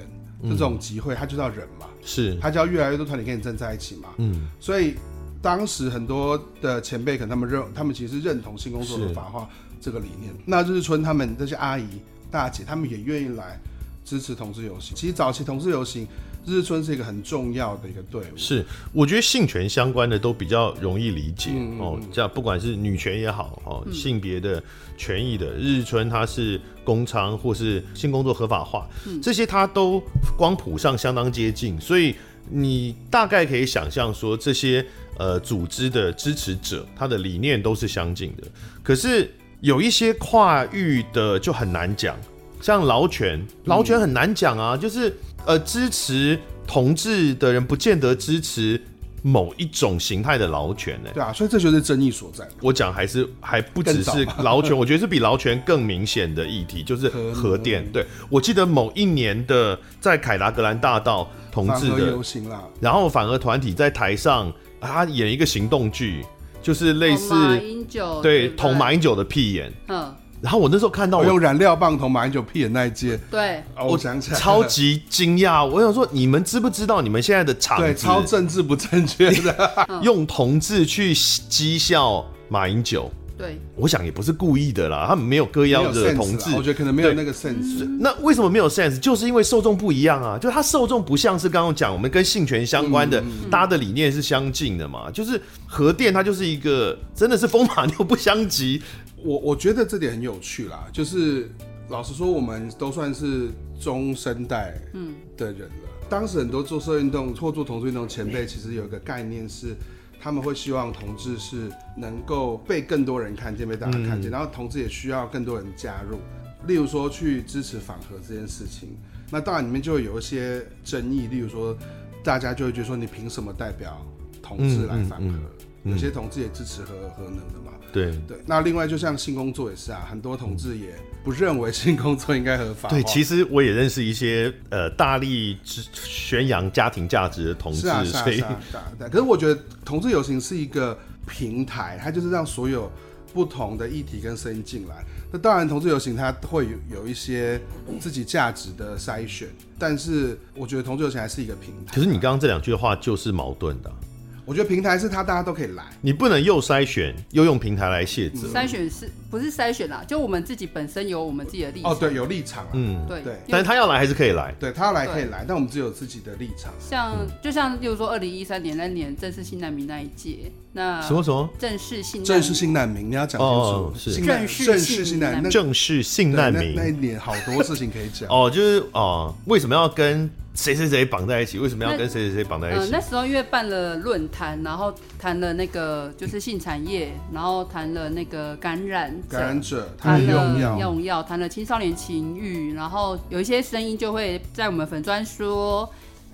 Speaker 3: 这种集会，它就叫人嘛。
Speaker 1: 是
Speaker 3: 他就要越来越多团体跟你站在一起嘛。
Speaker 1: 嗯，
Speaker 3: 所以当时很多的前辈可能他们认，他们其实认同性工作合法化这个理念。
Speaker 1: 嗯
Speaker 3: 那日春他们这些阿姨大姐，他们也愿意来支持同志游行。其实早期同志游行，日春是一个很重要的一个队伍。
Speaker 1: 是，我觉得性权相关的都比较容易理解、
Speaker 3: 嗯嗯嗯
Speaker 1: 哦。这样不管是女权也好，哦，性别的权益的，日春它是工厂或是性工作合法化，
Speaker 3: 嗯
Speaker 1: 这些它都光谱上相当接近，所以你大概可以想象说这些呃组织的支持者，他的理念都是相近的。可是有一些跨域的就很难讲，像劳
Speaker 3: 嗯
Speaker 1: 权，劳权很难讲啊，就是呃支持同志的人不见得支持某一种形态的劳权呢、
Speaker 3: 对啊，所以这就是争议所在。
Speaker 1: 我讲还是还不只
Speaker 3: 更
Speaker 1: 是
Speaker 3: 早
Speaker 1: 劳权，我觉得是比劳权更明显的议题，就是核电。对我记得某一年的在凯达格兰大道同
Speaker 3: 反
Speaker 1: 志
Speaker 3: 核
Speaker 1: 的
Speaker 3: 游行啦，
Speaker 1: 然后反而团体在台上，啊他演一个行动剧，就是类似、
Speaker 2: 马英九
Speaker 1: 对
Speaker 2: 不
Speaker 1: 捅马英九的屁眼。
Speaker 2: 嗯，
Speaker 1: 然后我那时候看到
Speaker 3: 我
Speaker 1: 我。
Speaker 3: 用燃料棒同马英九屁眼那一届，
Speaker 2: 对，
Speaker 3: 哦哎我想起来了，
Speaker 1: 超级惊讶，我想说，你们知不知道你们现在的场
Speaker 3: 对
Speaker 1: 子
Speaker 3: 超政治不正确 的，
Speaker 1: 用同志去讥笑马英九？
Speaker 2: 对，
Speaker 1: 我想也不是故意的啦，他们没有割
Speaker 3: 没
Speaker 1: 要
Speaker 3: 有
Speaker 1: 惹
Speaker 3: sense
Speaker 1: 同志
Speaker 3: 啦，我觉得可能没有
Speaker 1: 对
Speaker 3: 那个 sense。
Speaker 1: 那为什么没有 sense？就是因为受众不一样啊，就他受众不像是刚刚讲我们跟性权相关
Speaker 3: 嗯
Speaker 1: 的，大家的理念是相近的嘛。就是核电它就是一个真的是风马牛不相及，
Speaker 3: 我我觉得这点很有趣啦，就是老实说，我们都算是中生代嗯的人了。当时很多做社运动或做同志运动前辈，其实有一个概念是，他们会希望同志是能够被更多人看见，被大家看见，然后同志也需要更多人加入。例如说去支持反核这件事情，那当然里面就会有一些争议，例如说大家就会觉得说你凭什么代表同志来反核？有些同志也支持核核能的嘛，
Speaker 1: 对
Speaker 3: 对，那另外就像性工作也是啊，很多同志也不认为性工作应该合法化。哦
Speaker 1: 对，其
Speaker 3: 实
Speaker 1: 实我也认识一些呃大力支宣扬家庭价值的同志，
Speaker 3: 是啊是啊
Speaker 1: 所以
Speaker 3: 是啊是啊，对。可是我觉得同志游行是一个平台，它就是让所有不同的议题跟声音进来。那当然，同志游行它会有有一些自己价值的筛选，但是我觉得同志游行还是一个平台。
Speaker 1: 可是你刚刚这两句话就是矛盾的啊、
Speaker 3: 我觉得平台是它大家都可以来，
Speaker 1: 你不能又筛选又用平台来卸责。
Speaker 2: 筛选是不是筛选啦？就我们自己本身有我们自己的立场。
Speaker 3: 哦，对，有立场啊，
Speaker 1: 嗯，
Speaker 2: 对
Speaker 3: 对
Speaker 1: 但是他要来还是可以来。
Speaker 3: 对他要来可以
Speaker 2: 对
Speaker 3: 来，但我们只有自己的立场。
Speaker 2: 像就像，例如说，二零一三年那年正式新难民那一届，那
Speaker 3: 啊
Speaker 1: 什么什么
Speaker 2: 正式新难
Speaker 3: 正式性难民，你要讲清
Speaker 1: 哦
Speaker 3: 楚，
Speaker 1: 是
Speaker 3: 性难
Speaker 2: 正式
Speaker 3: 正
Speaker 2: 性
Speaker 3: 式性难
Speaker 2: 难
Speaker 3: 民，
Speaker 1: 正式性
Speaker 3: 对
Speaker 1: 难
Speaker 3: 那那一
Speaker 1: 民？
Speaker 3: 年好多事情可以讲。
Speaker 1: 哦，就是哦，为什么要跟谁谁谁绑在一起？为什么要
Speaker 2: 那
Speaker 1: 跟谁谁谁绑在一
Speaker 2: 呃，
Speaker 1: 起
Speaker 2: 那？时候因为办了论坛，然后谈了那个就是性产业，然后谈了那个感染者
Speaker 3: 感染者他
Speaker 2: 谈
Speaker 3: 们
Speaker 2: 了
Speaker 3: 用药，
Speaker 2: 用药，谈了青少年情欲，然后有一些声音就会在我们粉专说，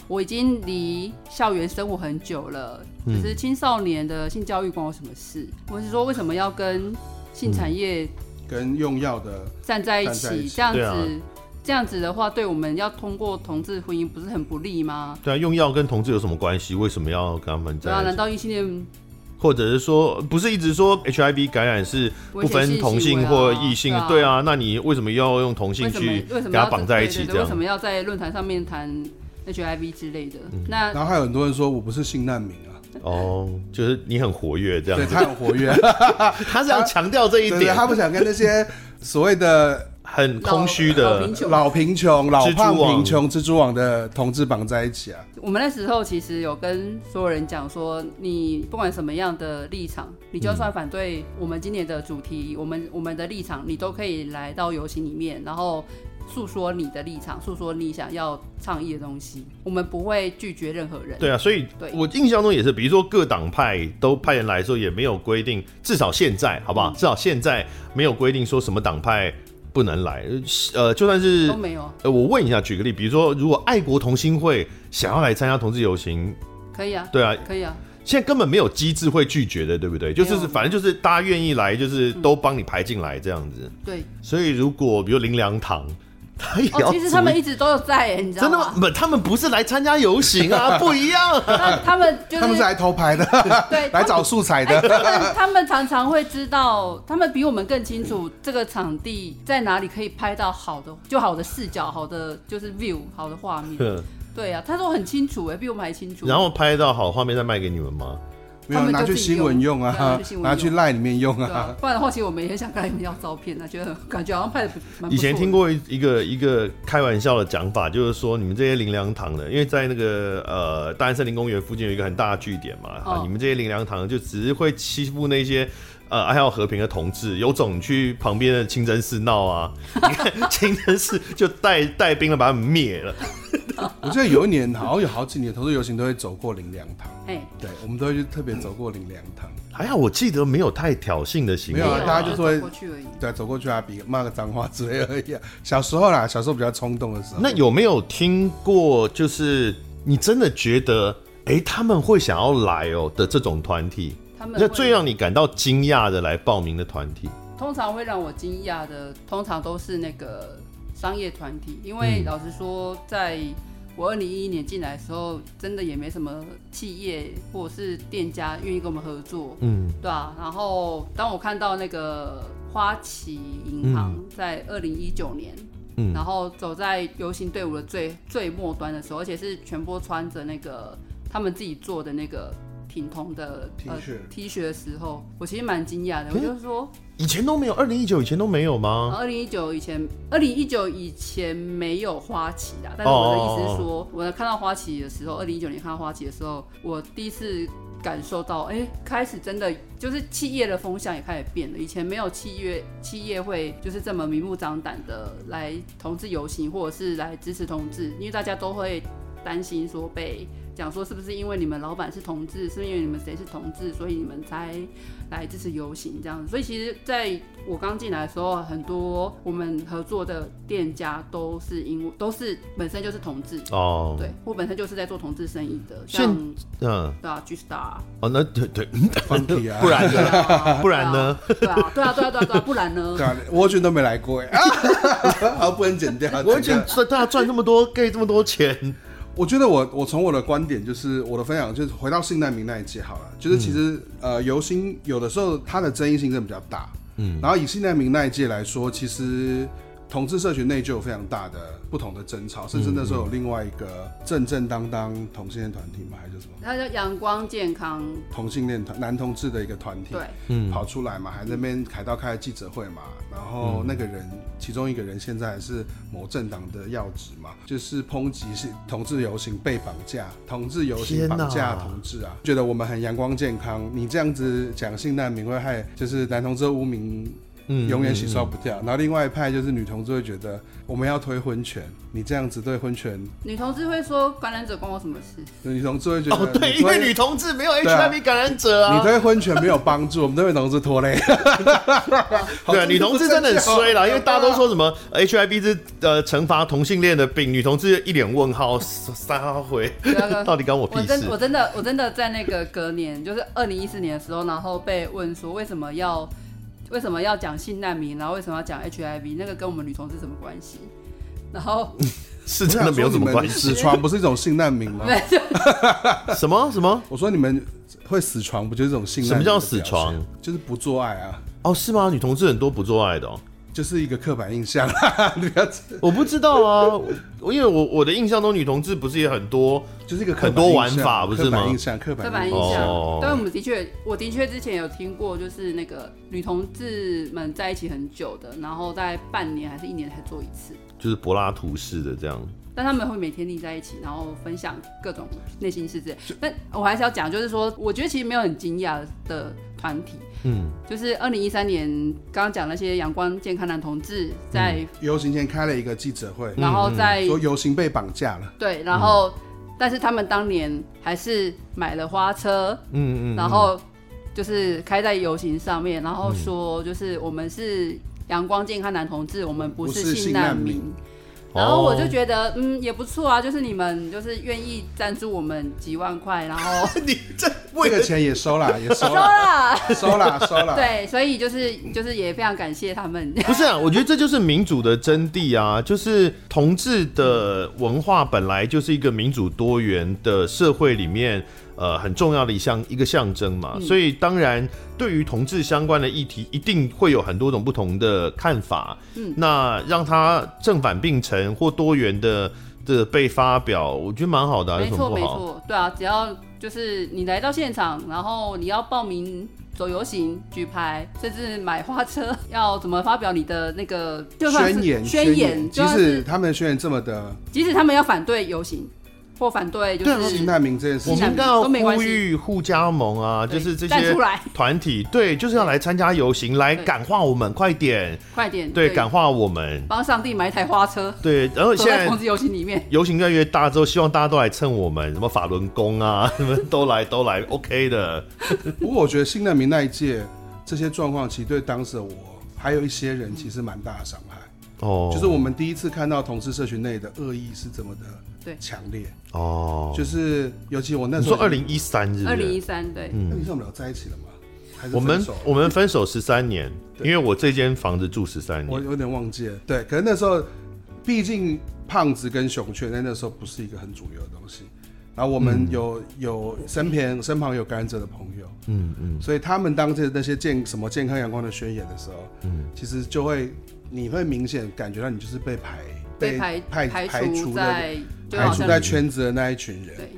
Speaker 2: 我已经离校园生活很久了，只是青少年的性教育关我什么事？我是说为什么要跟性产业
Speaker 3: 跟用药的
Speaker 2: 站在一
Speaker 3: 站在一
Speaker 2: 起？
Speaker 3: 起
Speaker 2: 这样
Speaker 1: 对啊
Speaker 2: 子，这样子的话，对我们要通过同志婚姻不是很不利吗？
Speaker 1: 对啊，用药跟同志有什么关系？为什么要跟他们
Speaker 2: 对啊，
Speaker 1: 在一
Speaker 2: 难
Speaker 1: 起？
Speaker 2: 道异性恋
Speaker 1: 或者是说，不是一直说 HIV 感染是不分同性或异性？啊对
Speaker 2: 啊？
Speaker 1: 啊，那你为什么要用同性
Speaker 2: 为什么
Speaker 1: 去
Speaker 2: 为什
Speaker 1: 给
Speaker 2: 么要
Speaker 1: 他绑在一起
Speaker 2: 对对
Speaker 1: 这
Speaker 2: 对为什
Speaker 1: 样？
Speaker 2: 么要在论坛上面谈 HIV 之类的？
Speaker 1: 嗯
Speaker 2: 那
Speaker 3: 然后还有很多人说我不是性难民啊，
Speaker 1: 哦，就是你很活跃这样
Speaker 3: 对
Speaker 1: 子，
Speaker 3: 他很活 跃，啊
Speaker 1: 他是要强调这一
Speaker 3: 对对，
Speaker 1: 点，
Speaker 3: 他不想跟那些所谓的
Speaker 1: 很
Speaker 2: 老
Speaker 1: 空虚
Speaker 2: 老
Speaker 1: 的
Speaker 2: 贫，穷
Speaker 3: 老贫穷、老
Speaker 1: 蜘蛛
Speaker 3: 胖
Speaker 1: 网
Speaker 3: 贫穷、蜘蛛网的同志绑在一起啊。
Speaker 2: 我们那时候其实有跟所有人讲说，你不管什么样的立场，你就算反对我们今年的主题，我们我们的立场，你都可以来到游行里面，然后诉说你的立场，诉说你想要倡议的东西，我们不会拒绝任何人。
Speaker 1: 对啊，所以
Speaker 2: 对
Speaker 1: 我印象中也是，比如说各党派都派人来的时候，也没有规定，至少现在好不
Speaker 2: 嗯
Speaker 1: 好？至少现在没有规定说什么党派不能来，呃，就算是
Speaker 2: 都没有，
Speaker 1: 呃，我问一下，举个例，比如说，如果爱国同心会想要来参加同志游行，
Speaker 2: 可以啊，
Speaker 1: 对啊，
Speaker 2: 可以啊，
Speaker 1: 现在根本没有机制会拒绝的，对不对？就
Speaker 2: 没
Speaker 1: 是
Speaker 2: 有
Speaker 1: 反正就是大家愿意来，就是都帮你排进来这样子。
Speaker 2: 对。
Speaker 1: 所以如果比如林良堂，他也要
Speaker 2: 哦，
Speaker 1: 组一、
Speaker 2: 其实他们一直都有在，你知道
Speaker 1: 真的吗？
Speaker 2: 吗？
Speaker 1: 不，他们不是来参加游行啊， 不一样啊。
Speaker 2: 那他们就是
Speaker 3: 他们是来偷拍的，
Speaker 2: 对
Speaker 3: 来找素材的。
Speaker 2: 他们哎他们常常会知道，他们比我们更清楚这个场地在哪里可以拍到好的，就好的视角、好的就是 view、好的画面。对啊，他说很清楚哎、比我们还清楚。
Speaker 1: 然后拍到好画面再卖给你们吗？
Speaker 3: 没有
Speaker 2: 他们
Speaker 3: 拿
Speaker 2: 就
Speaker 3: 去
Speaker 2: 自己
Speaker 3: 新闻用
Speaker 2: 对啊拿
Speaker 3: 啊
Speaker 2: 去新，闻用
Speaker 3: 拿去 line 里面用
Speaker 2: 对
Speaker 3: 啊
Speaker 2: 啊。，不然的话，其实我们也想跟他们要照片啊，觉得感觉好像拍的蛮不错的
Speaker 1: 以前听过一一个一个开玩笑的讲法，就是说你们这些林良堂的，因为在那个呃大安森林公园附近有一个很大的据点嘛，啊
Speaker 2: 哦，
Speaker 1: 你们这些林良堂就只是会欺负那些。呃，爱好和平的同志，有种你去旁边的清真寺闹 啊！你看清真寺就带带兵了，把他们灭了。
Speaker 3: 我记得有一年，好像有好几年同志游行都会走过林良堂，
Speaker 2: 哎，
Speaker 3: 对，我们都会去特别走过林良堂，
Speaker 1: 还好我记得没有太挑衅的行为
Speaker 3: 没有啊
Speaker 2: 没有
Speaker 3: 大家就说
Speaker 2: 走过去而已。
Speaker 3: 对，走过去啊，比骂个脏话之类而已啊。小时候啦，小时候比较冲动的时候。
Speaker 1: 那有没有听过，就是你真的觉得，哎、他们会想要来哦的这种团体？
Speaker 2: 他们
Speaker 1: 那
Speaker 2: 会
Speaker 1: 最让你感到惊讶的来报名的团体？
Speaker 2: 通常会让我惊讶的，通常都是那个商业团体，因为老实说，在我二零一一年进来的时候，真的也没什么企业或者是店家愿意跟我们合作，
Speaker 1: 嗯，
Speaker 2: 对啊。然后当我看到那个花旗银行在二零一九年。
Speaker 1: 嗯
Speaker 2: 然后走在游行队伍的最最末端的时候，而且是全部穿着那个他们自己做的那个挺筒的呃
Speaker 3: T 恤
Speaker 2: T 恤的时候，我其实蛮惊讶的。我就说，
Speaker 1: 以前都没有，二零一九以前都没有吗？
Speaker 2: 二零一九以前，二零一九以前没有花旗啦。但是我的意思是说，我看到花旗的时候，二零一九年看到花旗的时候，我第一次感受到，哎、开始真的就是企业的风向也开始变了。以前没有企业，企业会就是这么明目张胆的来同志游行，或者是来支持同志，因为大家都会担心说被。讲说是不是因为你们老板是同志，是不是因为你们谁是同志，所以你们才来支持游行这样子。所以其实在我刚进来的时候，很多我们合作的店家都是因为都是本身就是同志，
Speaker 1: 哦，
Speaker 2: 对，我本身就是在做同志生意的，
Speaker 1: 现
Speaker 2: 像
Speaker 1: 嗯，
Speaker 2: 对啊，G Star，
Speaker 1: 哦，那对对，
Speaker 3: funky 啊
Speaker 1: 不然呢？
Speaker 2: 啊
Speaker 1: 不然呢？
Speaker 2: 对啊，对啊，对啊，对啊，对啊，不然呢
Speaker 3: 对？啊，蜗居都没来过哎，啊，不能剪掉。
Speaker 1: 我
Speaker 3: 这
Speaker 1: 觉
Speaker 3: 个
Speaker 1: 得赚大家赚这么多，给这么多钱，
Speaker 3: 我觉得我我从我的观点就是我的分享就是回到性难民那一届好了，就是其实、呃游行
Speaker 1: 嗯
Speaker 3: 有的时候它的争议性真的比较大，嗯，然后以性难民那一届来说，其实同志社群内就有非常大的不同的争吵，甚至那时
Speaker 1: 嗯
Speaker 3: 候有另外一个正正当当同性恋团体嘛，还是什么
Speaker 2: 它叫阳光健康，
Speaker 3: 同性恋团男同志的一个团体，
Speaker 2: 对，
Speaker 3: 跑出来嘛，还在那边凯道开记者会嘛，然后那个人、其中一个人现在还是某政党的要职嘛，就是抨击是同志游行被绑架，同志游行
Speaker 1: 天哪
Speaker 3: 绑架同志啊，觉得我们很阳光健康，你这样子讲性难民会害就是男同志的污名。
Speaker 1: 嗯
Speaker 3: 永远洗刷不掉。然后另外一派就是女同志会觉得我们要推婚权，你这样子对婚权，
Speaker 2: 女同志会说感染者关我什么 事？
Speaker 3: 女同志会觉得
Speaker 1: 哦，对，
Speaker 3: 你
Speaker 1: 因
Speaker 3: 推
Speaker 1: 为女同志没有
Speaker 3: 对啊
Speaker 1: HIV 感染者
Speaker 3: 你
Speaker 1: 啊，
Speaker 3: 对婚权没有帮助，我们都被同志拖累。
Speaker 1: 对啊，女同志真的很衰
Speaker 3: 啊
Speaker 1: 啦，因为大家都
Speaker 3: 说
Speaker 1: 说什么 HIV 是呃惩罚同性恋的病，女同志一脸问号，撒回
Speaker 2: 对啊对啊
Speaker 1: 到底关我
Speaker 2: 我
Speaker 1: 屁
Speaker 2: 真我
Speaker 1: 事？
Speaker 2: 真的我真的在那个隔年，就是二零一四年的时候，然后被问说为什么要为什么要讲性难民，然后为什么要讲 HIV，那个跟我们女同志什么关系？然后
Speaker 1: 嗯 是真的没有什么关系？
Speaker 3: 死床不是一种性难民吗？
Speaker 2: 对，
Speaker 1: 什么什么？
Speaker 3: 我啊说你们会死床，不就是一种性
Speaker 1: 什
Speaker 3: 难民？
Speaker 1: 么叫死床？
Speaker 3: 就是不做爱啊，
Speaker 1: 哦，是吗？女同志很多不做爱的、哦，
Speaker 3: 就是一个刻板印象。啊你不要
Speaker 1: 我不知道啊，我 因为我我的印象中女同志不是也很多
Speaker 3: 就是一个刻板
Speaker 1: 很多玩
Speaker 3: 印象
Speaker 1: 法不是
Speaker 3: 刻
Speaker 1: 吗
Speaker 3: 板印象，刻板
Speaker 2: 刻
Speaker 3: 印
Speaker 2: 板
Speaker 3: 象
Speaker 2: 印象。
Speaker 1: 哦
Speaker 2: 但我们的确，我的确之前有听过，就是那个女同志们在一起很久的，然后大概半年还是一年才做一次，
Speaker 1: 就是柏拉图式的这样，
Speaker 2: 但他们会每天腻在一起，然后分享各种内心世界。但我还是要讲，就是说，我觉得其实没有很惊讶的团体，
Speaker 1: 嗯，
Speaker 2: 就是二零一三年刚刚讲那些阳光健康男同志在，
Speaker 1: 嗯
Speaker 3: 游行前开了一个记者会，
Speaker 2: 然后在、
Speaker 3: 说游行被绑架了。
Speaker 1: 嗯
Speaker 2: 对，然后、但是他们当年还是买了花车，
Speaker 1: 嗯嗯，嗯
Speaker 2: 然后就是开在游行上面，然后说就是我们是阳光健康男同志，我们不
Speaker 3: 不
Speaker 2: 是
Speaker 3: 是
Speaker 2: 性
Speaker 3: 性
Speaker 2: 难
Speaker 3: 难民
Speaker 2: 民。然后我就
Speaker 1: 得
Speaker 2: 觉得，嗯，也不错啊，就是你们就是愿意赞助我们几万块，然后
Speaker 1: 你这为
Speaker 3: 这
Speaker 1: 了
Speaker 3: 个钱也收 了，也收
Speaker 2: 收
Speaker 3: 了，
Speaker 2: 了，
Speaker 3: 收了，收了。
Speaker 2: 对，所以就是就是也非常感谢他们，
Speaker 1: 不是啊，我觉得这就是民主的真谛啊！就是同志的文化本来就是一个民主多元的社会里面，呃，很重要的一项一个象征嘛。
Speaker 2: 嗯
Speaker 1: 所以当然，对于同志相关的议题，一定会有很多种不同的看法。
Speaker 2: 嗯
Speaker 1: 那让它正反并成或多元的的被发表，我觉得蛮好的、啊，有
Speaker 2: 没
Speaker 1: 什
Speaker 2: 错
Speaker 1: 么
Speaker 2: 没
Speaker 1: 不好？
Speaker 2: 错，对啊，只要就是你来到现场，然后你要报名。走游行、举牌，甚至买花车，要怎么发表你的那个？就算是
Speaker 3: 宣言，
Speaker 2: 宣言，
Speaker 3: 即
Speaker 2: 就算
Speaker 3: 使
Speaker 2: 是
Speaker 3: 他们的宣言这么的，
Speaker 2: 即使他们要反对游行或反对就
Speaker 3: 对啊，
Speaker 2: 是
Speaker 3: 性难民这件事
Speaker 1: 我
Speaker 3: 情
Speaker 1: 们应该
Speaker 2: 啊都没
Speaker 1: 要
Speaker 2: 关
Speaker 1: 呼
Speaker 2: 系
Speaker 1: 吁互加盟啊，就是这
Speaker 2: 站
Speaker 1: 些
Speaker 2: 出来，
Speaker 1: 团体，对，就是要来参加游行，来
Speaker 2: 对
Speaker 1: 感化我们，快点。
Speaker 2: 快点
Speaker 1: 对，感化我们。
Speaker 2: 帮上帝买一台花车，
Speaker 1: 对，然后
Speaker 2: 走
Speaker 1: 现
Speaker 2: 在
Speaker 1: 在
Speaker 2: 同志游行里面。
Speaker 1: 游行越来越大之后，希望大家都来蹭我们，什么法轮功啊， 什么都来都来，OK 的。
Speaker 3: 不过我觉得新难民那一届这些状况，其实对当时的我还有一些人其实蛮大的伤害。
Speaker 1: 哦，
Speaker 3: 就是我们第一次看到同志社群内的恶意是这么的
Speaker 2: 对
Speaker 3: 强烈，
Speaker 1: 哦，
Speaker 3: 就是尤其我那
Speaker 1: 你
Speaker 3: 时候
Speaker 1: 说二零一三是不
Speaker 2: 二零一
Speaker 1: 是？
Speaker 2: 三，对，
Speaker 3: 那你说我们俩在一起了吗？还是
Speaker 1: 我们
Speaker 3: 分手了
Speaker 1: 我们分手十三年，因
Speaker 3: 对
Speaker 1: 为我这间房子住十三
Speaker 3: 我
Speaker 1: 年。
Speaker 3: 有点忘记了。对，可是那时候毕竟胖子跟熊雀在那时候不是一个很主流的东西。然后我们有、有身边身旁有感染者的朋友，
Speaker 1: 嗯嗯，
Speaker 3: 所以他们当这那些健什么健康阳光的宣言的时候，嗯，其实就会你会明显感觉到你就是被排
Speaker 2: 被排
Speaker 3: 排排
Speaker 2: 除
Speaker 3: 的
Speaker 2: 在就
Speaker 3: 排
Speaker 2: 好
Speaker 3: 除
Speaker 2: 像
Speaker 3: 在圈子的那一群人，
Speaker 2: 对，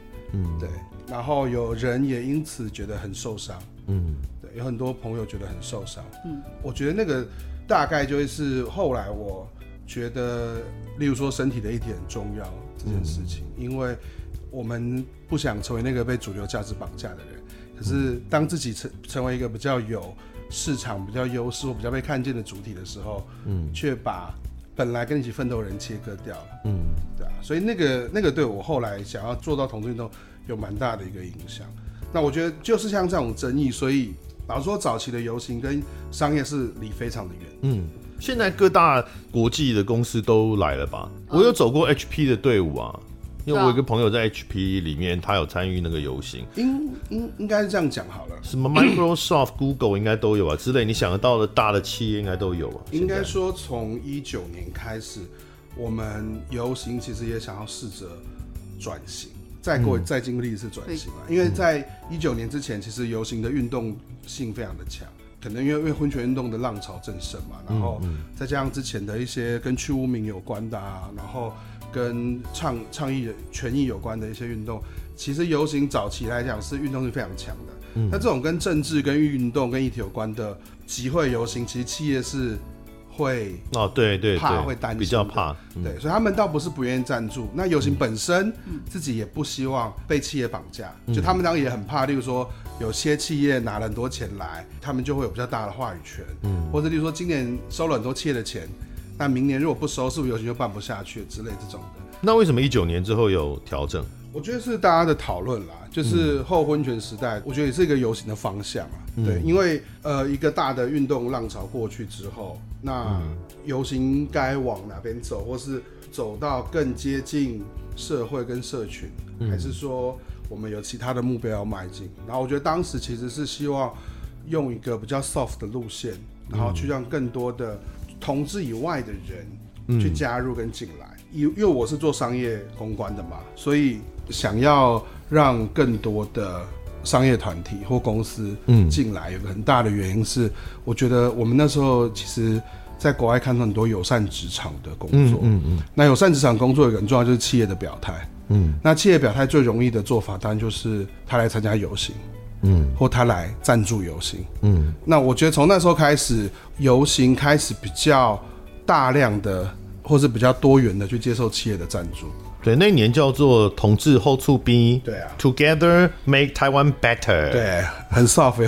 Speaker 3: 对，然后有人也因此觉得很受伤，嗯，对，有很多朋友觉得很受伤，嗯，我觉得那个大概就会是后来我觉得，例如说身体的议题很重要这件事情，因为我们不想成为那个被主流价值绑架的人，可是当自己成成为一个比较有市场、比较优势或比较被看见的主体的时候，嗯，却把本来跟你一起奋斗的人切割掉了，嗯，对啊，所以那个那个对我后来想要做到同志运动有蛮大的一个影响。那我觉得就是像这种争议，所以老实说，早期的游行跟商业是离非常的远。
Speaker 1: 现在各大国际的公司都来了吧？
Speaker 2: 嗯
Speaker 1: 我有走过 HP 的队伍啊，因为我有一个朋友在 HP 里面，他有参与那个游行。
Speaker 3: 应应应该是这样讲好了，
Speaker 1: 什么 Microsoft、Google 应该都有啊，之类你想得到的大的企业应该都有啊。
Speaker 3: 应该
Speaker 1: 现在
Speaker 3: 说从一九年开始，我们游行其实也想要试着转型，再过、再经历一次转型啊，因为在一九年之前，其实游行的运动性非常的强，可能因为因为婚权运动的浪潮正盛嘛，然后再加上之前的一些跟去污名有关的啊，然后跟倡倡议人权益有关的一些运动，其实游行早期来讲是运动是非常强的。那这种跟政治、跟运动、跟议题有关的集会游行，其实企业是会
Speaker 1: 哦，对对
Speaker 3: 怕
Speaker 1: 对，
Speaker 3: 会担心
Speaker 1: 比较怕，
Speaker 3: 对，所以他们倒不是不愿意赞助。那游行本身自己也不希望被企业绑架，就他们当然也很怕，例如说有些企业拿了很多钱来，他们就会有比较大的话语权，嗯，或者例如说今年收了很多企业的钱，那明年如果不收，是不是游行就办不下去之类这种的。
Speaker 1: 那为什么一九年之后有调整？
Speaker 3: 我觉得是大家的讨论啦，就是后婚权时代，我觉得也是一个游行的方向啊。对，因为呃，一个大的运动浪潮过去之后，那游行该往哪边走，或是走到更接近社会跟社群，还是说我们有其他的目标要迈进？然后我觉得当时其实是希望用一个比较 soft 的路线，然后去让更多的同志以外的人去加入跟进来。因因为我是做商业公关的嘛，所以想要让更多的商业团体或公司进来，有个很大的原因是，我觉得我们那时候其实。在国外看到很多友善职场的工作，嗯嗯，那友善职场工作有个很重要就是企业的表态，嗯，那企业表态最容易的做法当然就是他来参加游行，嗯，或他来赞助游行，嗯，那我觉得从那时候开始，游行开始比较大量的或是比较多元的去接受企业的赞助。
Speaker 1: 对，那一年叫做同志后促兵，
Speaker 3: 对啊
Speaker 1: ，Together Make Taiwan Better，，
Speaker 3: 对，很 soft，有没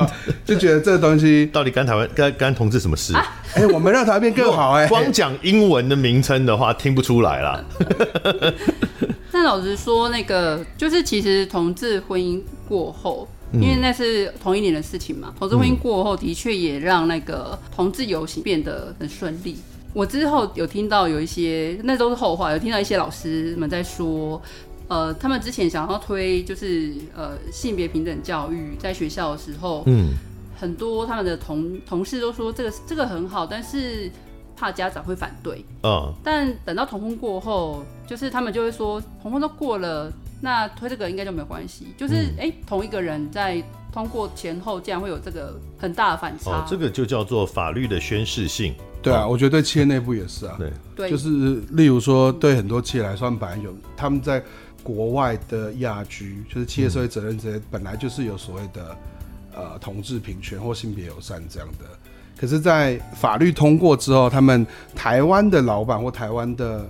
Speaker 3: 有 就觉得这个东西，
Speaker 1: 到底干台湾干干同志什么事？
Speaker 3: 哎、我们让台湾变更好、哎，
Speaker 1: 光讲英文的名称的话，听不出来啦。
Speaker 2: 但老实说，那个就是其实同志婚姻过后，因为那是同一年的事情嘛，同志婚姻过后的确也让那个同志游行变得很顺利。我之后有听到有一些，那都是后话，有听到一些老师们在说。呃，他们之前想要推就是呃性别平等教育，在学校的时候，
Speaker 1: 嗯，
Speaker 2: 很多他们的同同事都说这个这个很好，但是怕家长会反对，
Speaker 1: 嗯，
Speaker 2: 但等到同婚过后，就是他们就会说同婚都过了，那推这个应该就没有关系。就是
Speaker 1: 嗯
Speaker 2: 哎、诶同一个人在通过前后，竟然会有这个很大的反差。
Speaker 1: 哦，这个就叫做法律的宣示性。
Speaker 3: 对啊，我觉得对企业内部也是啊，
Speaker 1: 对，
Speaker 2: 对，
Speaker 3: 就是例如说，对很多企业来说，本来有他们在国外的亚居，就是企业社会责任这些，本来就是有所谓的呃同志平权或性别友善这样的。可是，在法律通过之后，他们台湾的老板或台湾的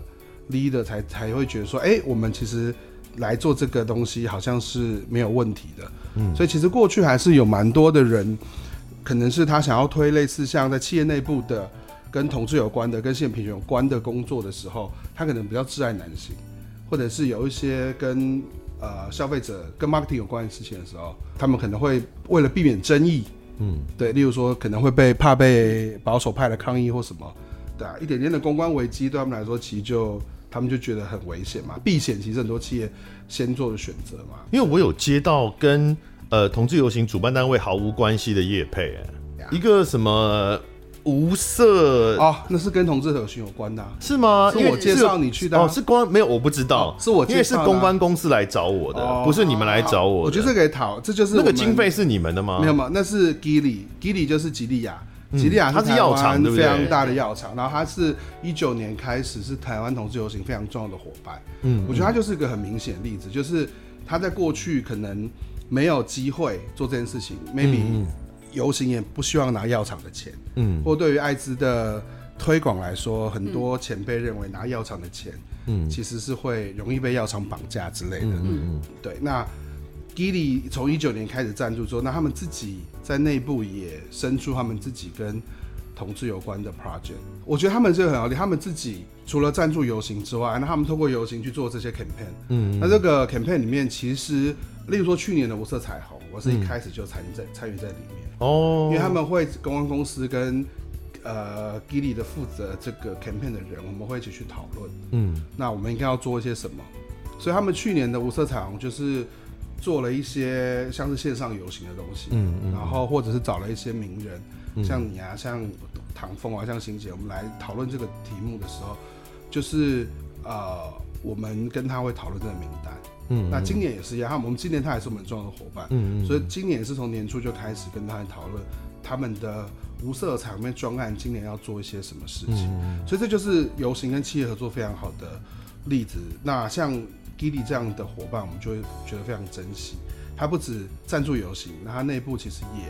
Speaker 3: leader 才才会觉得说，哎、我们其实来做这个东西好像是没有问题的。嗯，所以其实过去还是有蛮多的人，可能是他想要推类似像在企业内部的跟同志有关的、跟性平权有关的工作的时候，他可能比较挚爱男性，或者是有一些跟呃消费者跟 marketing 有关的事情的时候，他们可能会为了避免争议，嗯，对，例如说可能会被怕被保守派的抗议或什么，对啊，一点点的公关危机对他们来说，其实就他们就觉得很危险嘛，避险其实很多企业先做的选择嘛，
Speaker 1: 因为我有接到跟呃同志游行主办单位毫无关系的业配、哎，一个什么无色、
Speaker 3: 哦，那是跟同志和行有关的啊、
Speaker 1: 是吗？
Speaker 3: 是
Speaker 1: 因为
Speaker 3: 我介绍你去的啊
Speaker 1: 哦，是公安没有，我不知道
Speaker 3: 哦，是我介
Speaker 1: 因
Speaker 3: 绍的
Speaker 1: 为
Speaker 3: 啊
Speaker 1: 是公关公司来找我的
Speaker 3: 哦，
Speaker 1: 不是你们来找我的。
Speaker 3: 我觉得这个也讨，这就是
Speaker 1: 那
Speaker 3: 我
Speaker 1: 个
Speaker 3: 们
Speaker 1: 经费是你们的吗？
Speaker 3: 没有嘛，那是吉利，吉利就是吉利亚，吉利亚
Speaker 1: 它是
Speaker 3: 台
Speaker 1: 药厂
Speaker 3: 湾
Speaker 1: 对不
Speaker 3: 非
Speaker 1: 对
Speaker 3: 常大的药厂，然后它是一九年开始是台湾同志游行非常重要的伙伴。嗯，我觉得它就是一个很明显的例子，就是它在过去可能没有机会做这件事情，maybe 游行也不希望拿药厂的钱，嗯，或对于艾滋的。推广来说，很多前辈认为拿药厂的钱，嗯，其实是会容易被药厂绑架之类的，嗯嗯，对。那 Gilly 从一九年开始赞助之后，那他们自己在内部也生出他们自己跟同志有关的 project。我觉得他们这个很好理，他们自己除了赞助游行之外，那他们通过游行去做这些 campaign。嗯，那这个 campaign 里面，其实例如说去年的无色彩虹，我是一开始就参与在参与在里面，因
Speaker 1: 哦
Speaker 3: 为，他们会公关公司跟呃 Gilly 的负责这个 campaign 的人，我们会一起去讨论。
Speaker 1: 嗯，
Speaker 3: 那我们应该要做一些什么？所以他们去年的无色彩虹就是做了一些像是线上游行的东西，嗯嗯，然后或者是找了一些名人，
Speaker 1: 嗯
Speaker 3: 像你啊，像唐凤啊，像邢姐，我们来讨论这个题目的时候，就是呃，我们跟他会讨论这个名单。嗯，那今年也是一样，他们我们今年他还是我们重要的伙伴，嗯，所以今年是从年初就开始跟他们讨论他们的无色彩面专案，今年要做一些什么事情，所以这就是游行跟企业合作非常好的例子。那像 Gilly 这样的伙伴，我们就会觉得非常珍惜。他不止赞助游行，那他内部其实也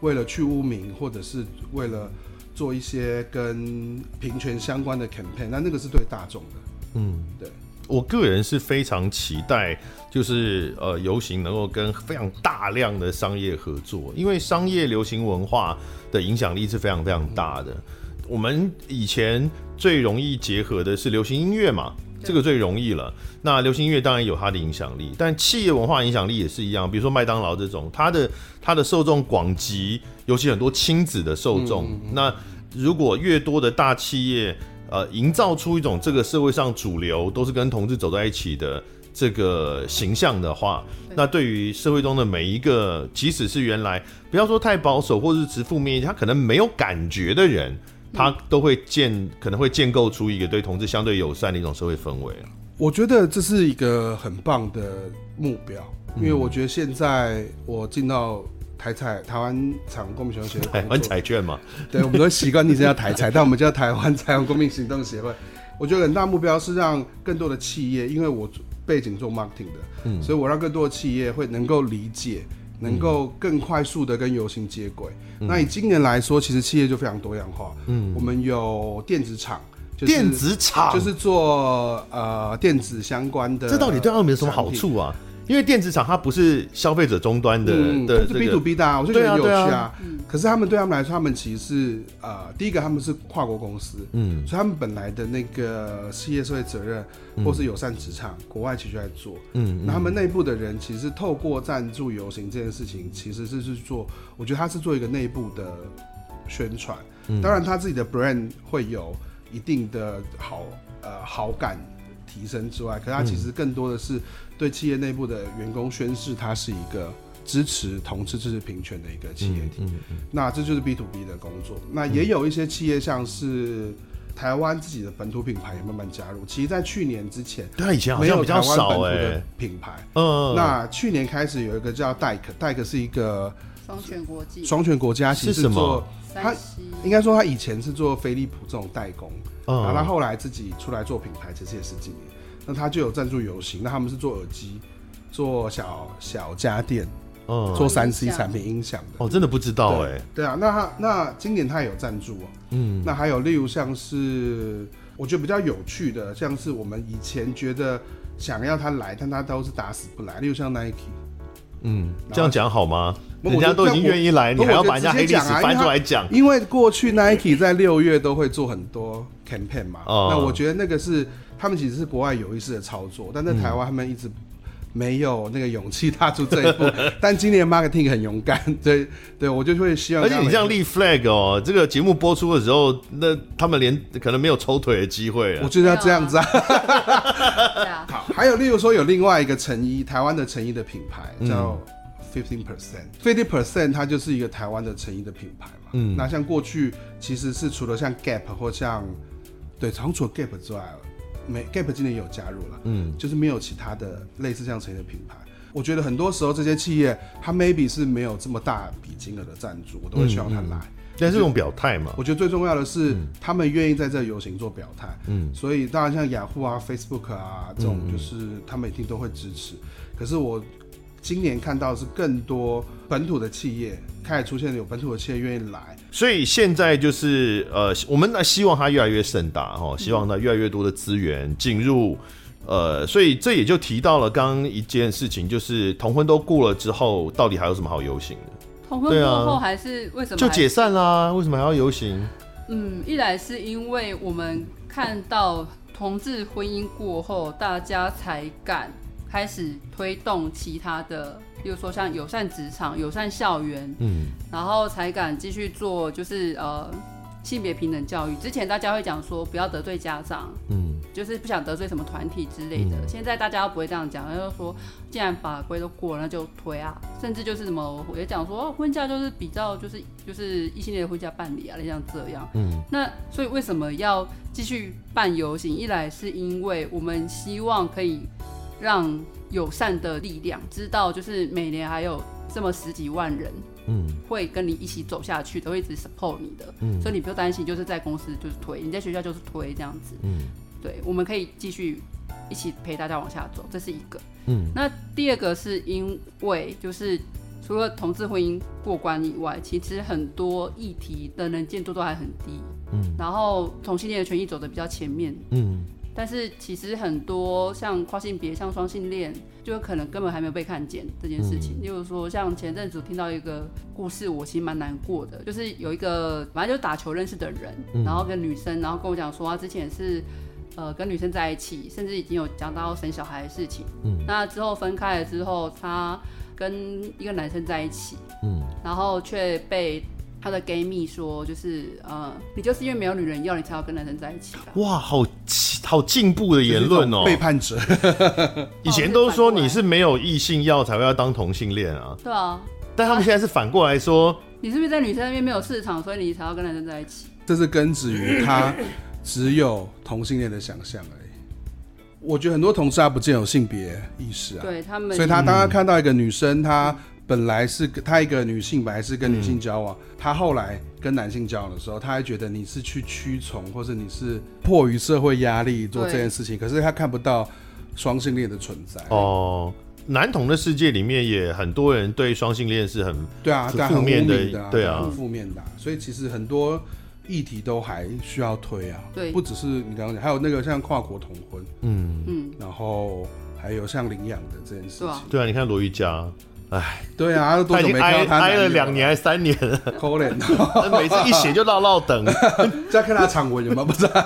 Speaker 3: 为了去污名，或者是为了做一些跟平权相关的 campaign，那那个是对大众的，嗯，对。
Speaker 1: 我个人是非常期待，就是呃，游行能够跟非常大量的商业合作，因为商业流行文化的影响力是非常非常大的。我们以前最容易结合的是流行音乐嘛，这个最容易了。那流行音乐当然有它的影响力，但企业文化影响力也是一样。比如说麦当劳这种，它的它的受众广集，尤其很多亲子的受众。那如果越多的大企业，呃，营造出一种这个社会上主流都是跟同志走在一起的这个形象的话，那对于社会中的每一个，即使是原来不要说太保守或是持负面，他可能没有感觉的人，
Speaker 3: 嗯
Speaker 1: 他都会建可能会建构出一个对同志相对友善的一种社会氛围啊。
Speaker 3: 我觉得这是一个很棒的目标，
Speaker 1: 嗯
Speaker 3: 因为我觉得现在我进到。台彩台湾彩虹公民行动协会，
Speaker 1: 台 湾彩券嘛，
Speaker 3: 对，我们都习惯昵称叫 台彩，但我们叫台湾彩虹公民行动协会。我觉得很大目标是让更多的企业，因为我背景做 marketing 的，嗯、所以我让更多的企业会能够理解，
Speaker 1: 嗯
Speaker 3: 能够更快速的跟游行接轨。嗯、那以今年来说，其实企业就非常多样化，嗯，我们有电子厂。就是、
Speaker 1: 电子厂
Speaker 3: 就是呃做呃电子相关的，
Speaker 1: 啊这到底对澳门有什么好处啊？因为电子厂它不是消费者终端的的
Speaker 3: 是
Speaker 1: 嗯这
Speaker 3: 嗯 B to
Speaker 1: 个，
Speaker 3: B 的、啊，我就觉得很有趣
Speaker 1: 对啊对
Speaker 3: 啊
Speaker 1: 啊。
Speaker 3: 可是他们对他们来说，他们其实是呃，第一个他们是跨国公司，嗯，所以他们本来的那个企业社会责任
Speaker 1: 嗯
Speaker 3: 或是友善职场，国外其实就在做，嗯，那他们内部的人其实透过赞助游行这件事情，其实是去做，我觉得他是做一个内部的宣传，
Speaker 1: 嗯
Speaker 3: 当然他自己的 brand 会有一定的好呃好感提升之外，可是他
Speaker 1: 嗯
Speaker 3: 其实更多的是对企业内部的员工宣示，他是一个支持同志、支持平权的一个企业
Speaker 1: 嗯
Speaker 3: 体。那这就是 B to B 的工作。那也有一些企业，像是台湾自己的本土品牌也慢慢加入。其实，在去年之前，
Speaker 1: 对啊，以前好
Speaker 3: 没
Speaker 1: 像
Speaker 3: 有
Speaker 1: 比
Speaker 3: 台
Speaker 1: 较
Speaker 3: 湾本
Speaker 1: 少
Speaker 3: 土
Speaker 1: 哎、
Speaker 3: 的品牌。
Speaker 1: 嗯，
Speaker 3: 那去年开始有一个叫戴克，戴克是一个
Speaker 2: 双全国际
Speaker 3: 双全国家，其
Speaker 1: 是
Speaker 3: 实
Speaker 1: 什么
Speaker 3: 做它
Speaker 2: 山西
Speaker 3: 应该说他以前是做飞利浦这种代工，
Speaker 1: 嗯
Speaker 3: 然后他后来自己出来做品牌，其实也十几年。那他就有赞助游行，那他们是做耳机、做小小家电、
Speaker 1: 嗯，
Speaker 3: 做三 C 产品音响的。
Speaker 1: 哦，真的不知道哎、
Speaker 3: 对对啊，那他那今年他也有赞助哦。嗯，那还有例如像是我觉得比较有趣的，像是我们以前觉得想要他来，但他都是打死不来。例如像 Nike，
Speaker 1: 嗯，这样讲好吗？
Speaker 3: 我
Speaker 1: 人家都已经愿意来，
Speaker 3: 我
Speaker 1: 你还要把人家黑历史
Speaker 3: 我觉得直接讲啊
Speaker 1: 翻出来讲？
Speaker 3: 因为过去 Nike 在六月都会做很多 campaign 嘛，
Speaker 1: 哦
Speaker 3: 那我觉得那个是他们其实是国外有意识的操作，但在台湾他们一直没有那个勇气踏出这一 步。但今年 marketing 很勇敢，对对，我就会希望
Speaker 1: 而
Speaker 3: 他
Speaker 1: 且
Speaker 3: 们。
Speaker 1: 你这样立 flag 哦，这个节目播出的时候，那他们连可能没有抽腿的机会
Speaker 3: 我
Speaker 1: 了。
Speaker 3: 就是要这样子啊！
Speaker 2: 对啊，
Speaker 3: 好，还有例如说有另外一个成衣，台湾的成衣的品牌叫 Fifteen Percent，Fifty Percent 它就是一个台湾的成衣的品牌嘛。嗯，那像过去其实是除了像 Gap 或像对，好像除了 Gap 之外，没 Gap 今年也有加入了，嗯，就是没有其他的类似这样成衣的品牌。我觉得很多时候这些企业，它 maybe 是没有这么大笔金额的赞助，我都会希望它来。
Speaker 1: 但是这种表态嘛，
Speaker 3: 我觉得最重要的是，
Speaker 1: 嗯
Speaker 3: 他们愿意在这游行做表态。嗯，所以当然像雅虎啊、Facebook 啊
Speaker 1: 嗯
Speaker 3: 这种，就是他们一定都会支持。可是我今年看到是更多本土的企业开始出现有本土的企业愿意来，
Speaker 1: 所以现在就是呃，我们呢希望它越来越盛大哈、哦，希望它越来越多的资源进入，呃，所以这也就提到了刚刚一件事情，就是同婚都过了之后，到底还有什么好游行的？
Speaker 2: 同婚
Speaker 1: 对啊
Speaker 2: 过后还是为什么
Speaker 1: 就
Speaker 2: 还
Speaker 1: 解散啦，为什么还要游行？
Speaker 2: 嗯，一来是因为我们看到同志婚姻过后，大家才敢开始推动其他的，比如说像友善职场、友善校园，
Speaker 1: 嗯
Speaker 2: 然后才敢继续做就是呃性别平等教育。之前大家会讲说不要得罪家长，
Speaker 1: 嗯，
Speaker 2: 就是不想得罪什么团体之类的。现在大家都不会这样讲，他就说既然法规都过了，那就推啊。甚至就是什么也讲说、哦、婚假就是比较就是就是异性恋的婚假办理啊，类似像这样。
Speaker 1: 嗯，
Speaker 2: 那所以为什么要继续办游行？一来是因为我们希望可以让友善的力量知道，就是每年还有这么十几万人
Speaker 1: 嗯
Speaker 2: 会跟你一起走下去的，会一直 support 你的，
Speaker 1: 嗯
Speaker 2: 所以你不用担心，就是在公司就是推，你在学校就是推这样子。
Speaker 1: 嗯
Speaker 2: 对，我们可以继续一起陪大家往下走，这是一个。
Speaker 1: 嗯
Speaker 2: 那第二个是因为就是除了同志婚姻过关以外，其实很多议题的能见度都还很低，
Speaker 1: 嗯
Speaker 2: 然后同性恋的权益走的比较前面，
Speaker 1: 嗯
Speaker 2: 但是其实很多像跨性别、像双性恋，就可能根本还没有被看见这件事
Speaker 1: 嗯
Speaker 2: 情。例如说，像前阵子听到一个故事，我其实蛮难过的，就是有一个反正就是打球认识的人，
Speaker 1: 嗯
Speaker 2: 然后跟女生，然后跟我讲说他之前是。呃，跟女生在一起，甚至已经有讲到生小孩的事情。
Speaker 1: 嗯
Speaker 2: 那之后分开了之后，他跟一个男生在一起，
Speaker 1: 嗯
Speaker 2: 然后却被他的 gay 蜜说，就是呃，你就是因为没有女人要你，才要跟男生在一起吧。
Speaker 1: 哇，好奇好进步的言论哦、
Speaker 3: 就是这种背叛者，
Speaker 1: 以前都说你是没有异性要才会要当同性恋
Speaker 3: 哦
Speaker 1: 啊，
Speaker 2: 对啊，
Speaker 1: 但他们现在是反过来说，
Speaker 2: 你是不是在女生那边没有市场，所以你才要跟男生在一起？
Speaker 3: 这是根植于他只有同性恋的想象而已。我觉得很多同事他不见有性别意识啊，
Speaker 2: 对他们，
Speaker 3: 所以他
Speaker 1: 嗯
Speaker 3: 当他看到一个女生，她本来是跟她一个女性，本来是跟女性交往，
Speaker 1: 嗯
Speaker 3: 她后来跟男性交往的时候，她还觉得你是去屈从，或者你是迫于社会压力做这件事情，可是她看不到双性恋的存在。
Speaker 1: 哦，男同的世界里面也很多人对双性恋是很
Speaker 3: 对啊，
Speaker 1: 是
Speaker 3: 但
Speaker 1: 负
Speaker 3: 很污
Speaker 1: 面的
Speaker 3: 名的啊，
Speaker 1: 对啊
Speaker 3: 很负面的啊、所以其实很多议题都还需要推啊，
Speaker 2: 对
Speaker 3: 不只是你刚刚讲，还有那个像跨国同婚，
Speaker 1: 嗯，
Speaker 2: 嗯，
Speaker 3: 然后还有像领养的这件事
Speaker 2: 对啊
Speaker 3: 情，
Speaker 1: 对啊，你看罗玉佳，
Speaker 3: 对啊，她都多
Speaker 1: 他已
Speaker 3: 久
Speaker 1: 经
Speaker 3: 没看
Speaker 1: 挨
Speaker 3: 到她
Speaker 1: 挨
Speaker 3: 男
Speaker 1: 了
Speaker 3: 友
Speaker 1: 两年还三年，
Speaker 3: 可怜哦，
Speaker 1: 每次一写就唠唠等，
Speaker 3: 再看她长文有没有？不知道，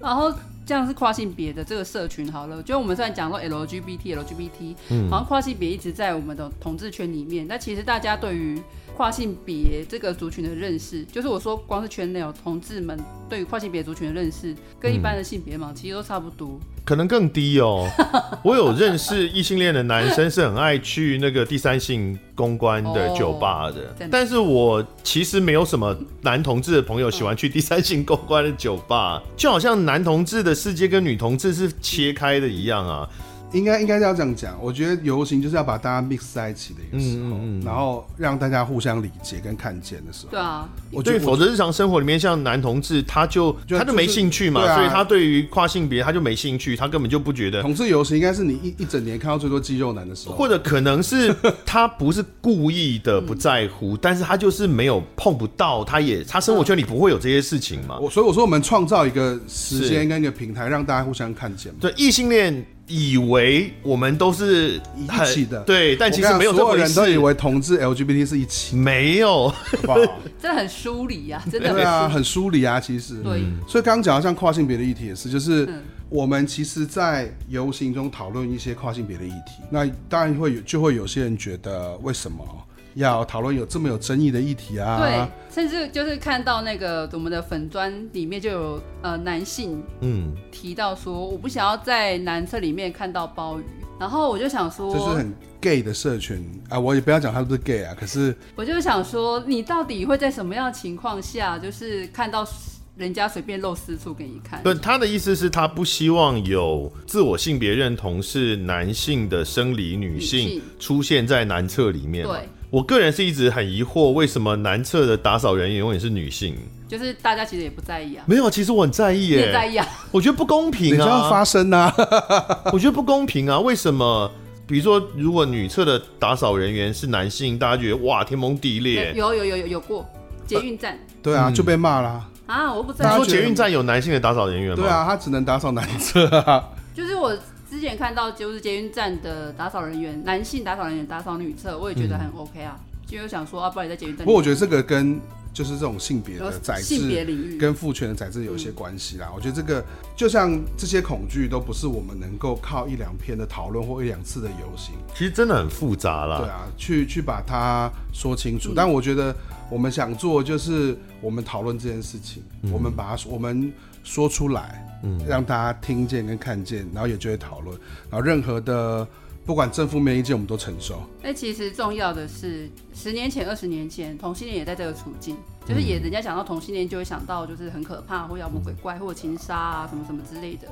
Speaker 2: 然后这样是跨性别的这个社群好了，就我们虽然讲说 LGBT LGBT，、好
Speaker 3: 嗯
Speaker 2: 像跨性别一直在我们的统治圈里面，但其实大家对于跨性别这个族群的认识，就是我说光是圈内有哦同志们对于跨性别族群的认识，跟一般的性别嘛、
Speaker 3: 嗯
Speaker 2: 其实都差不多。
Speaker 1: 可能更低哦。 我有认识异性恋的男生是很爱去那个第三性公关的
Speaker 2: 哦
Speaker 1: 酒吧的，
Speaker 2: 真的
Speaker 1: 但是我其实没有什么男同志的朋友喜欢去第三性公关的酒吧，就好像男同志的世界跟女同志是切开的一样啊。
Speaker 3: 应该应该要这样讲，我觉得游行就是要把大家 mix 在一起的一个时候，
Speaker 1: 嗯嗯嗯
Speaker 3: 然后让大家互相理解跟看见的时候，
Speaker 2: 对啊，
Speaker 3: 我觉
Speaker 1: 对，
Speaker 3: 得
Speaker 1: 否
Speaker 3: 我
Speaker 1: 则日常生活里面，像男同志，他就
Speaker 3: 就
Speaker 1: 他就没
Speaker 3: 就是
Speaker 1: 兴趣嘛，
Speaker 3: 对啊
Speaker 1: 所以他对于跨性别他就没兴趣，他根本就不觉得，
Speaker 3: 同志游行应该是你一一整年看到最多肌肉男的时候，
Speaker 1: 或者可能是他不是故意的不在乎，但是他就是没有碰不到，他也他生活圈里不会有这些事情嘛。
Speaker 3: 我所以我说我们创造一个时
Speaker 1: 是
Speaker 3: 间跟一个平台，让大家互相看见嘛。
Speaker 1: 对，异性恋以为我们都是很
Speaker 3: 一起的
Speaker 1: 对，但其实没有
Speaker 3: 有
Speaker 1: 这
Speaker 3: 所
Speaker 1: 回
Speaker 3: 人
Speaker 1: 事，
Speaker 3: 都以为同志 LGBT 是一起，
Speaker 1: 没有，
Speaker 3: 好 不好？
Speaker 2: 真的很疏离啊，真的很
Speaker 3: 对啊，
Speaker 2: 疏
Speaker 3: 很疏离啊，其实。
Speaker 2: 离。对，
Speaker 3: 所以刚刚讲到像跨性别的议题也是，就是
Speaker 2: 嗯
Speaker 3: 我们其实，在游行中讨论一些跨性别的议题，那当然会有就会有些人觉得为什么要讨论有这么有争议的议题
Speaker 2: 对
Speaker 3: 啊？，
Speaker 2: 甚至就是看到那个我们的粉砖里面就有呃男性
Speaker 1: 嗯，
Speaker 2: 提到说，我不想要在男厕里面看到鲍鱼，然后我就想说，
Speaker 3: 这是很 gay 的社群啊，我也不要讲他是不是 gay 啊，可是
Speaker 2: 我就想说，你到底会在什么样的情况下，就是看到人家随便露私处给你看？
Speaker 1: 对，他的意思是，他不希望有自我性别认同是男性的生理女
Speaker 2: 女
Speaker 1: 性
Speaker 2: 性
Speaker 1: 出现在男厕里面嘛。
Speaker 2: 对
Speaker 1: 我个人是一直很疑惑，为什么男厕的打扫人员永远是女性？
Speaker 2: 就是大家其实也不在意啊，
Speaker 1: 没有，其实我很在意
Speaker 2: 你也
Speaker 1: 耶，
Speaker 2: 在意啊，
Speaker 1: 我觉得不公
Speaker 3: 你
Speaker 1: 平
Speaker 3: 就要
Speaker 1: 啊！
Speaker 3: 发声啊，
Speaker 1: 我觉得不公平啊！为什么？比如说，如果女厕的打扫人员是男性，大家觉得哇天崩地裂。
Speaker 2: 有有有有有过捷运站、
Speaker 3: 对啊，
Speaker 1: 嗯
Speaker 3: 就被骂啦。
Speaker 2: 啊，我不在
Speaker 1: 你
Speaker 3: 呃大
Speaker 2: 意
Speaker 1: 说
Speaker 3: 家觉得
Speaker 1: 捷运站有男性的打扫人员吗？
Speaker 3: 对啊，他只能打扫男 厕啊。
Speaker 2: 就是我之前看到就是捷运站的打扫人员，嗯男性打扫人员打扫女厕，我也觉得很 OK 啊，就有想说啊，不然你在捷运站里面，
Speaker 3: 不过我觉得这个跟就是这种性别
Speaker 2: 然
Speaker 3: 的
Speaker 2: 后
Speaker 3: 宰
Speaker 2: 性别
Speaker 3: 制
Speaker 2: 领域，
Speaker 3: 跟父权的宰制有一些关系啦。我觉得这个就像这些恐惧都不是我们能够靠一两篇的讨论或一两次的游行，
Speaker 1: 其实真的很复杂
Speaker 3: 对
Speaker 1: 啦。
Speaker 3: 啊，去去把它说清楚。但我觉得我们想做的就是我们讨论这件事情，我们把它说我们说出来，嗯，让大家听见跟看见，然后也就会讨论，然后任何的不管正负面意见我们都承受。
Speaker 2: 那哎其实重要的是，十年前、二十年前，同性恋也在这个处境，就是也人家讲到同性恋，就会想到就是很可怕，或妖魔鬼怪，或情杀啊，什么什么之类的。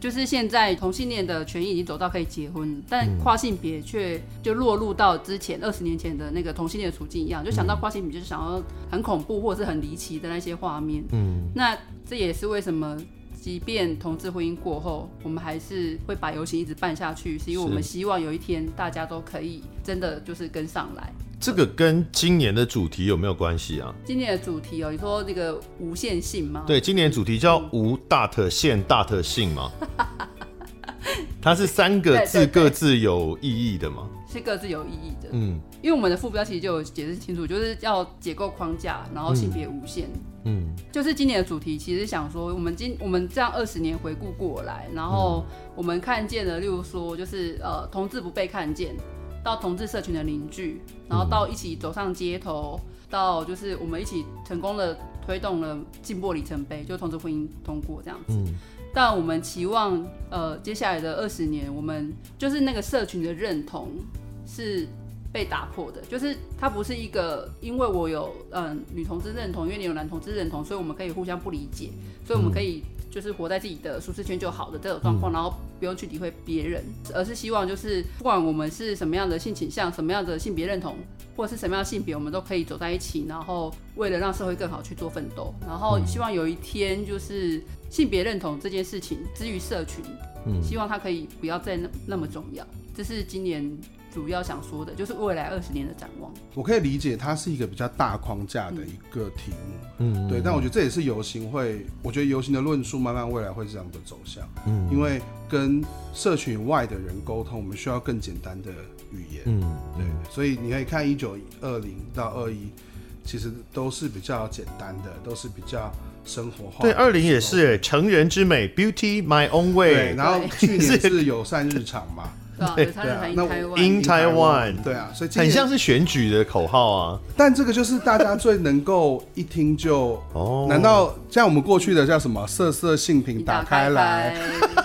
Speaker 2: 就是现在同性恋的权益已经走到可以结婚，但跨性别却就落入到之前二十年前的那个同性恋的处境一样，就想到跨性别就是想要很恐怖或者是很离奇的那些画面。嗯，那这也是为什么。即便同志婚姻过后，我们还是会把游行一直办下去，是因为我们希望有一天大家都可以真的就是跟上来。
Speaker 1: 这个跟今年的主题有没有关系啊？
Speaker 2: 今天的主题哦，你说那个无限性
Speaker 3: 啊
Speaker 2: 吗？，
Speaker 1: 对，今年主题叫无大特限大特性 嘛，它是三个字
Speaker 2: 对对对
Speaker 1: 各自有意义的嘛。
Speaker 2: 是各自有意义的。
Speaker 1: 嗯
Speaker 2: 因为我们的副标题就有解释清楚，就是要解构框架，然后性别无限。
Speaker 1: 嗯，
Speaker 2: 就是今年的主题，其实想说，我们今我们这样二十年回顾过来，然后我们看见的，例如说，就是呃，同志不被看见，到同志社群的凝聚，然后到一起走上街头，到就是我们一起成功的推动了进步里程碑，就同志婚姻通过这样子。但我们期望，呃，接下来的二十年，我们就是那个社群的认同是被打破的，就是它不是一个，因为我有嗯、呃女同志认同，因为你有男同志认同，所以我们可以互相不理解，所以我们可以就是活在自己的舒适圈就好的这种状况，然后不用去理会别人，而是希望就是不管我们是什么样的性倾向、什么样的性别认同，或者是什么样的性别，我们都可以走在一起，然后为了让社会更好去做奋斗，然后希望有一天就是性别认同这件事情之于社群，希望它可以不要再那那么重要，这是今年主要想说的，就是未来二十年的展望。
Speaker 3: 我可以理解它是一个比较大框架的一个题目，嗯，对，但我觉得这也是游行会，我觉得游行的论述慢慢未来会是这样的走向，嗯，因为跟社群以外的人沟通，我们需要更简单的语言，嗯，对，所以你可以看一九二零到二一，其实都是比较简单的，都是比较生活化的
Speaker 1: 对，
Speaker 3: 时候，
Speaker 1: 二零也是欸成人之美，Beauty My Own
Speaker 3: 对，
Speaker 1: Way
Speaker 3: 然后
Speaker 2: 对
Speaker 3: 去年是友善日常嘛，
Speaker 2: 对啊，
Speaker 1: 对
Speaker 2: 有他
Speaker 3: 对
Speaker 2: 的
Speaker 3: 啊
Speaker 2: 台
Speaker 3: 那
Speaker 2: 台
Speaker 3: 我
Speaker 2: 湾
Speaker 1: in Taiwan，
Speaker 3: 对啊，所以今
Speaker 1: 很
Speaker 3: 年
Speaker 1: 像是选举的口号啊。
Speaker 3: 但这个就是大家最能够一听就
Speaker 1: 哦
Speaker 3: 难道像我们过去的叫什么色色性品
Speaker 2: 你
Speaker 3: 打
Speaker 2: 打
Speaker 3: 开
Speaker 2: 开来，
Speaker 3: 来，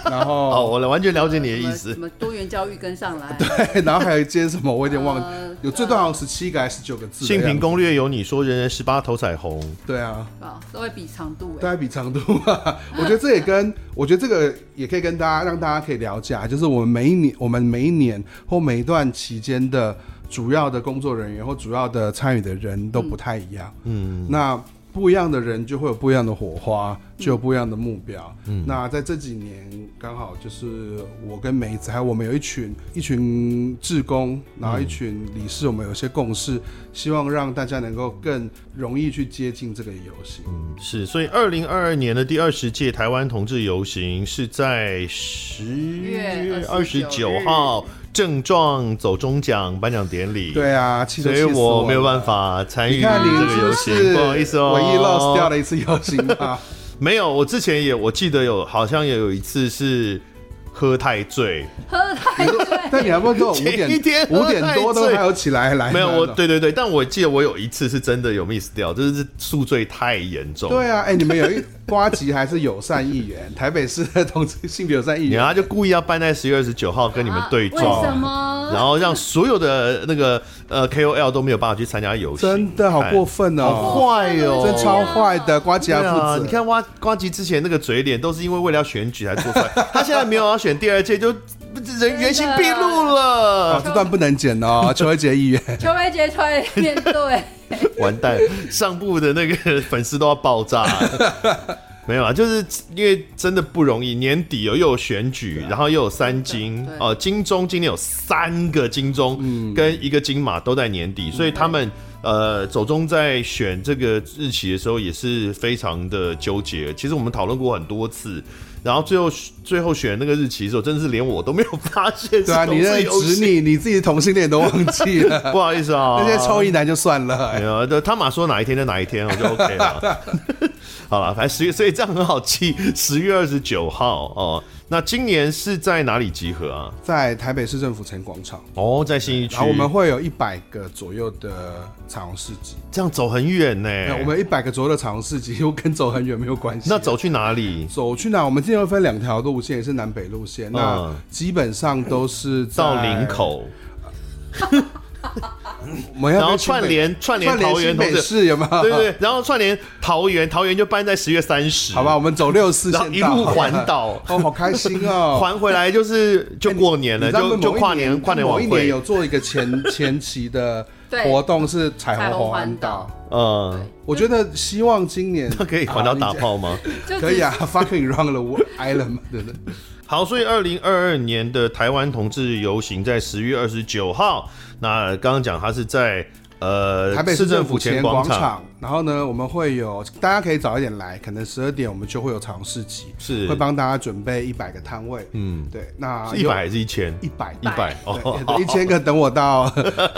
Speaker 3: 然
Speaker 1: 哦，
Speaker 3: 后
Speaker 1: 我完全了解你的
Speaker 2: 什
Speaker 1: 意
Speaker 2: 么
Speaker 3: 哦
Speaker 1: 思
Speaker 2: 什。么多元教育跟上来，
Speaker 3: 然后还有一些什么，我有点忘了，
Speaker 2: 呃
Speaker 3: 有最多好像十七个还是十九个字的
Speaker 1: 性
Speaker 3: 样子。
Speaker 1: 平攻略有你说人人十八头彩虹，
Speaker 3: 对啊，
Speaker 2: 啊，都会比长度哎，
Speaker 3: 大家比长度啊， 我觉得这也跟我觉得这个也可以跟大家让大家可以了解，啊，就是我们每一年我们每一年或每一段期间的主要的工作人员或主要的参与的人都不太一样，嗯，那不一样的人就会有不一样的火花，就有不一样的目标，嗯，那在这几年刚好就是我跟梅子还有我们有一群一群志工，然后一群理事，我们有一些共识，希望让大家能够更容易去接近这个游戏。
Speaker 1: 是，所以二零二二年的第二十届台湾同志游行是在十
Speaker 2: 月
Speaker 1: 二十九号正壮走中奖颁奖典礼。。
Speaker 3: 对啊，气都
Speaker 1: 所
Speaker 3: 气
Speaker 1: 以
Speaker 3: 死我
Speaker 1: 我
Speaker 3: 了
Speaker 1: 没有办。法参与
Speaker 3: 你
Speaker 1: 这
Speaker 3: 看，你
Speaker 1: 个游
Speaker 3: 是
Speaker 1: 行，不好意思哦，
Speaker 3: 唯一 lost 掉了一次游行 啊吧？
Speaker 1: 没有，我之前也我记得有，好像也有一次是喝太醉，
Speaker 2: 喝太醉，
Speaker 3: 但你还不跟我五
Speaker 1: 前
Speaker 3: 点
Speaker 1: 一天
Speaker 3: 五点多都
Speaker 1: 喝太醉
Speaker 3: 还有起来来呢？
Speaker 1: 没有我对对对，但我记得我有一次是真的有 miss 掉，就是宿醉太严重。
Speaker 3: 对啊，哎，你们有一瓜吉还是友善议员，台北市的同志性别友善议
Speaker 1: 然
Speaker 3: 员，
Speaker 1: 后他就故意要办在十月二十九号跟你们对
Speaker 2: 啊为什
Speaker 1: 撞，
Speaker 2: 么？
Speaker 1: 然后让所有的那个呃 KOL 都没有办法去参加游戏，
Speaker 3: 真的好过
Speaker 1: 分
Speaker 3: 分哦，
Speaker 1: 好坏哦，
Speaker 3: 真超坏的，瓜吉
Speaker 1: 对
Speaker 3: 还负
Speaker 1: 啊！
Speaker 3: 责。
Speaker 1: 你看瓜瓜吉之前那个嘴脸，都是因为为了要选举才做出来，他现在没有要选第二届，就人原形毕露
Speaker 3: 啊，
Speaker 1: 了，
Speaker 3: 这段不能剪 哦，邱慧杰议员。
Speaker 2: 邱威杰出来面对，
Speaker 1: 完蛋！上部的那个粉丝都要爆 炸了。没有啊，就是因为真的不容易，年底哦有又有选举，
Speaker 3: 啊
Speaker 1: 然后又有三金
Speaker 2: 对
Speaker 1: 哦、金钟今年有三个金
Speaker 3: 嗯
Speaker 1: 钟跟一个金马都在年底，所以他们呃走中在选这个日期的时候也是非常的纠结。其实我们讨论过很多次，然后最后最后选那个日期的时候，真的是连我都没有发现。
Speaker 3: 对啊，你
Speaker 1: 在
Speaker 3: 认指你你自己同性恋都忘记 了，
Speaker 1: 不好意思啊，
Speaker 3: 那些臭一男就算了、哎
Speaker 1: 没有，就他马说哪一天就哪一天， 我就 OK 了。 好了，反正十月，所以这样很好记。十月二十九号哦，那今年是在哪里集合啊？
Speaker 3: 在台北市政府前广场，
Speaker 1: 哦，在信义区。
Speaker 3: 然后我们会有一百个左右的彩虹市集，
Speaker 1: 这样走很远呢、
Speaker 3: 没有我们一百个左右的彩虹市集又跟走很远没有关系。
Speaker 1: 哎那走去哪里？
Speaker 3: 走去哪？我们今天会分两条路线，也是南北路线。那
Speaker 1: 嗯
Speaker 3: 基本上都是在
Speaker 1: 到林，口，
Speaker 3: 我们要
Speaker 1: 然后
Speaker 3: 跟新北
Speaker 1: 串联串联
Speaker 3: 串联
Speaker 1: 桃园
Speaker 3: 新
Speaker 1: 同
Speaker 3: 北
Speaker 1: 志，
Speaker 3: 市有没有？
Speaker 1: 对对对，然后串联桃园，桃园就搬在十月三十，
Speaker 3: 好吧，我，们走六四
Speaker 1: 然
Speaker 3: 线
Speaker 1: 后
Speaker 3: 道
Speaker 1: 一路环，
Speaker 3: 好
Speaker 1: 岛
Speaker 3: 吧， 哦，好开心 哦！
Speaker 1: 还回来就是就过年了，
Speaker 3: 你知道
Speaker 1: 就
Speaker 3: 某
Speaker 1: 就
Speaker 3: 一
Speaker 1: 跨年
Speaker 3: 年
Speaker 1: 跨年
Speaker 3: 某
Speaker 1: 晚
Speaker 3: 一年
Speaker 1: 会
Speaker 3: 有，做一个前 前期的
Speaker 2: 对
Speaker 3: 活动是彩
Speaker 2: 彩
Speaker 3: 虹
Speaker 2: 虹
Speaker 3: 环
Speaker 2: 环
Speaker 3: 岛
Speaker 2: 岛。
Speaker 1: 嗯，
Speaker 3: 我觉得希望今年 啊
Speaker 1: 那 可以环岛打炮吗？
Speaker 2: 就
Speaker 3: 可以啊
Speaker 2: 只
Speaker 3: ，fucking round the world island 嘛，对不对？
Speaker 1: 好，所以二零二二年的台湾同志游行在十月二十九号，那刚刚讲它是在呃
Speaker 3: 台北市
Speaker 1: 市
Speaker 3: 政
Speaker 1: 政
Speaker 3: 府
Speaker 1: 府
Speaker 3: 前
Speaker 1: 前
Speaker 3: 广
Speaker 1: 广
Speaker 3: 场，然后呢，我们会有大家可以早一点来，可能十二点我们就会有尝试集，
Speaker 1: 是
Speaker 3: 会帮大家准备一百个摊位。
Speaker 1: 嗯，
Speaker 3: 对，那
Speaker 1: 是一百还是一千？
Speaker 3: 一百
Speaker 1: 一百 哦，
Speaker 3: 一千个，等我到，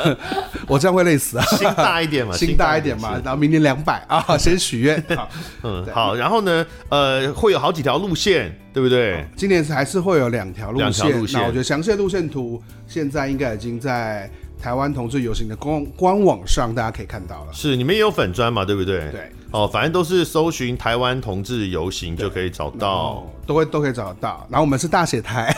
Speaker 3: 我这样会累死啊！
Speaker 1: 心大一点嘛，
Speaker 3: 心大一点嘛，然后明年两百 啊，先许愿。好
Speaker 1: 嗯，
Speaker 3: 对
Speaker 1: 好，然后呢，呃，会有好几条路线，对不对？
Speaker 3: 今年还是会有两条路
Speaker 1: 两条
Speaker 3: 线，
Speaker 1: 路线
Speaker 3: 那我觉得详细的路线图现在应该已经在台湾同志游行的官官网上，大家可以看到了。
Speaker 1: 是，你们也有粉砖嘛，对不对？。
Speaker 3: 对，
Speaker 1: 哦，反正都是搜寻台湾同志游行就可以找到
Speaker 3: 哦。，都会都可以找得到。然后我们是大写台，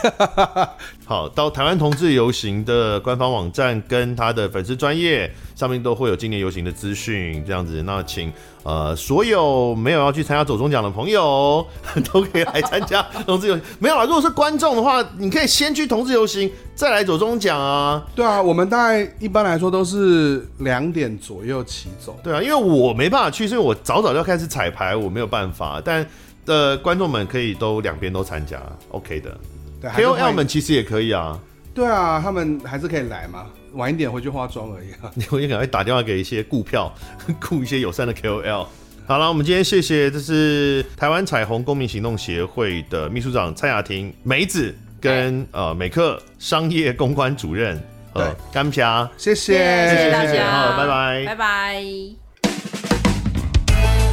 Speaker 1: 好，到台湾同志游行的官方网站跟他的粉丝专业上面都会有今年游行的资讯，这样子。那请呃所有没有要去参加走中奖的朋友 都可以来参加同志游行。没有啦，如果是观众的话，你可以先去同志游行，再来走中奖啊。
Speaker 3: 对啊，我们大概一般来说都是两点左右起走。
Speaker 1: 对啊，因为我没办法去，是因为我早早就要开始彩排，我没有办法。但呃，观众们可以都两边都参加，OK 的。
Speaker 3: 对还是欢
Speaker 1: KOL
Speaker 3: 迎
Speaker 1: 们其实也可以啊，
Speaker 3: 对啊，他们还是可以来嘛，晚一点回去化妆而已、 啊。
Speaker 1: 你我也赶快打电话给一些顾票、 顾一些友善的 KOL。好了，我们今天谢谢，这是台湾彩虹公民行动协会的秘书长蔡雅婷、梅子跟呃美克商业公关主任呃
Speaker 3: 对
Speaker 1: 甘霞，
Speaker 3: 谢谢，
Speaker 2: 谢谢大家，
Speaker 1: 好拜拜
Speaker 2: 拜拜。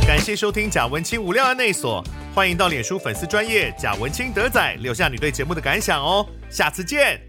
Speaker 1: 感谢收听贾文清无料案内所，欢迎到脸书粉丝专业贾文清德仔留下你对节目的感想哦，下次见。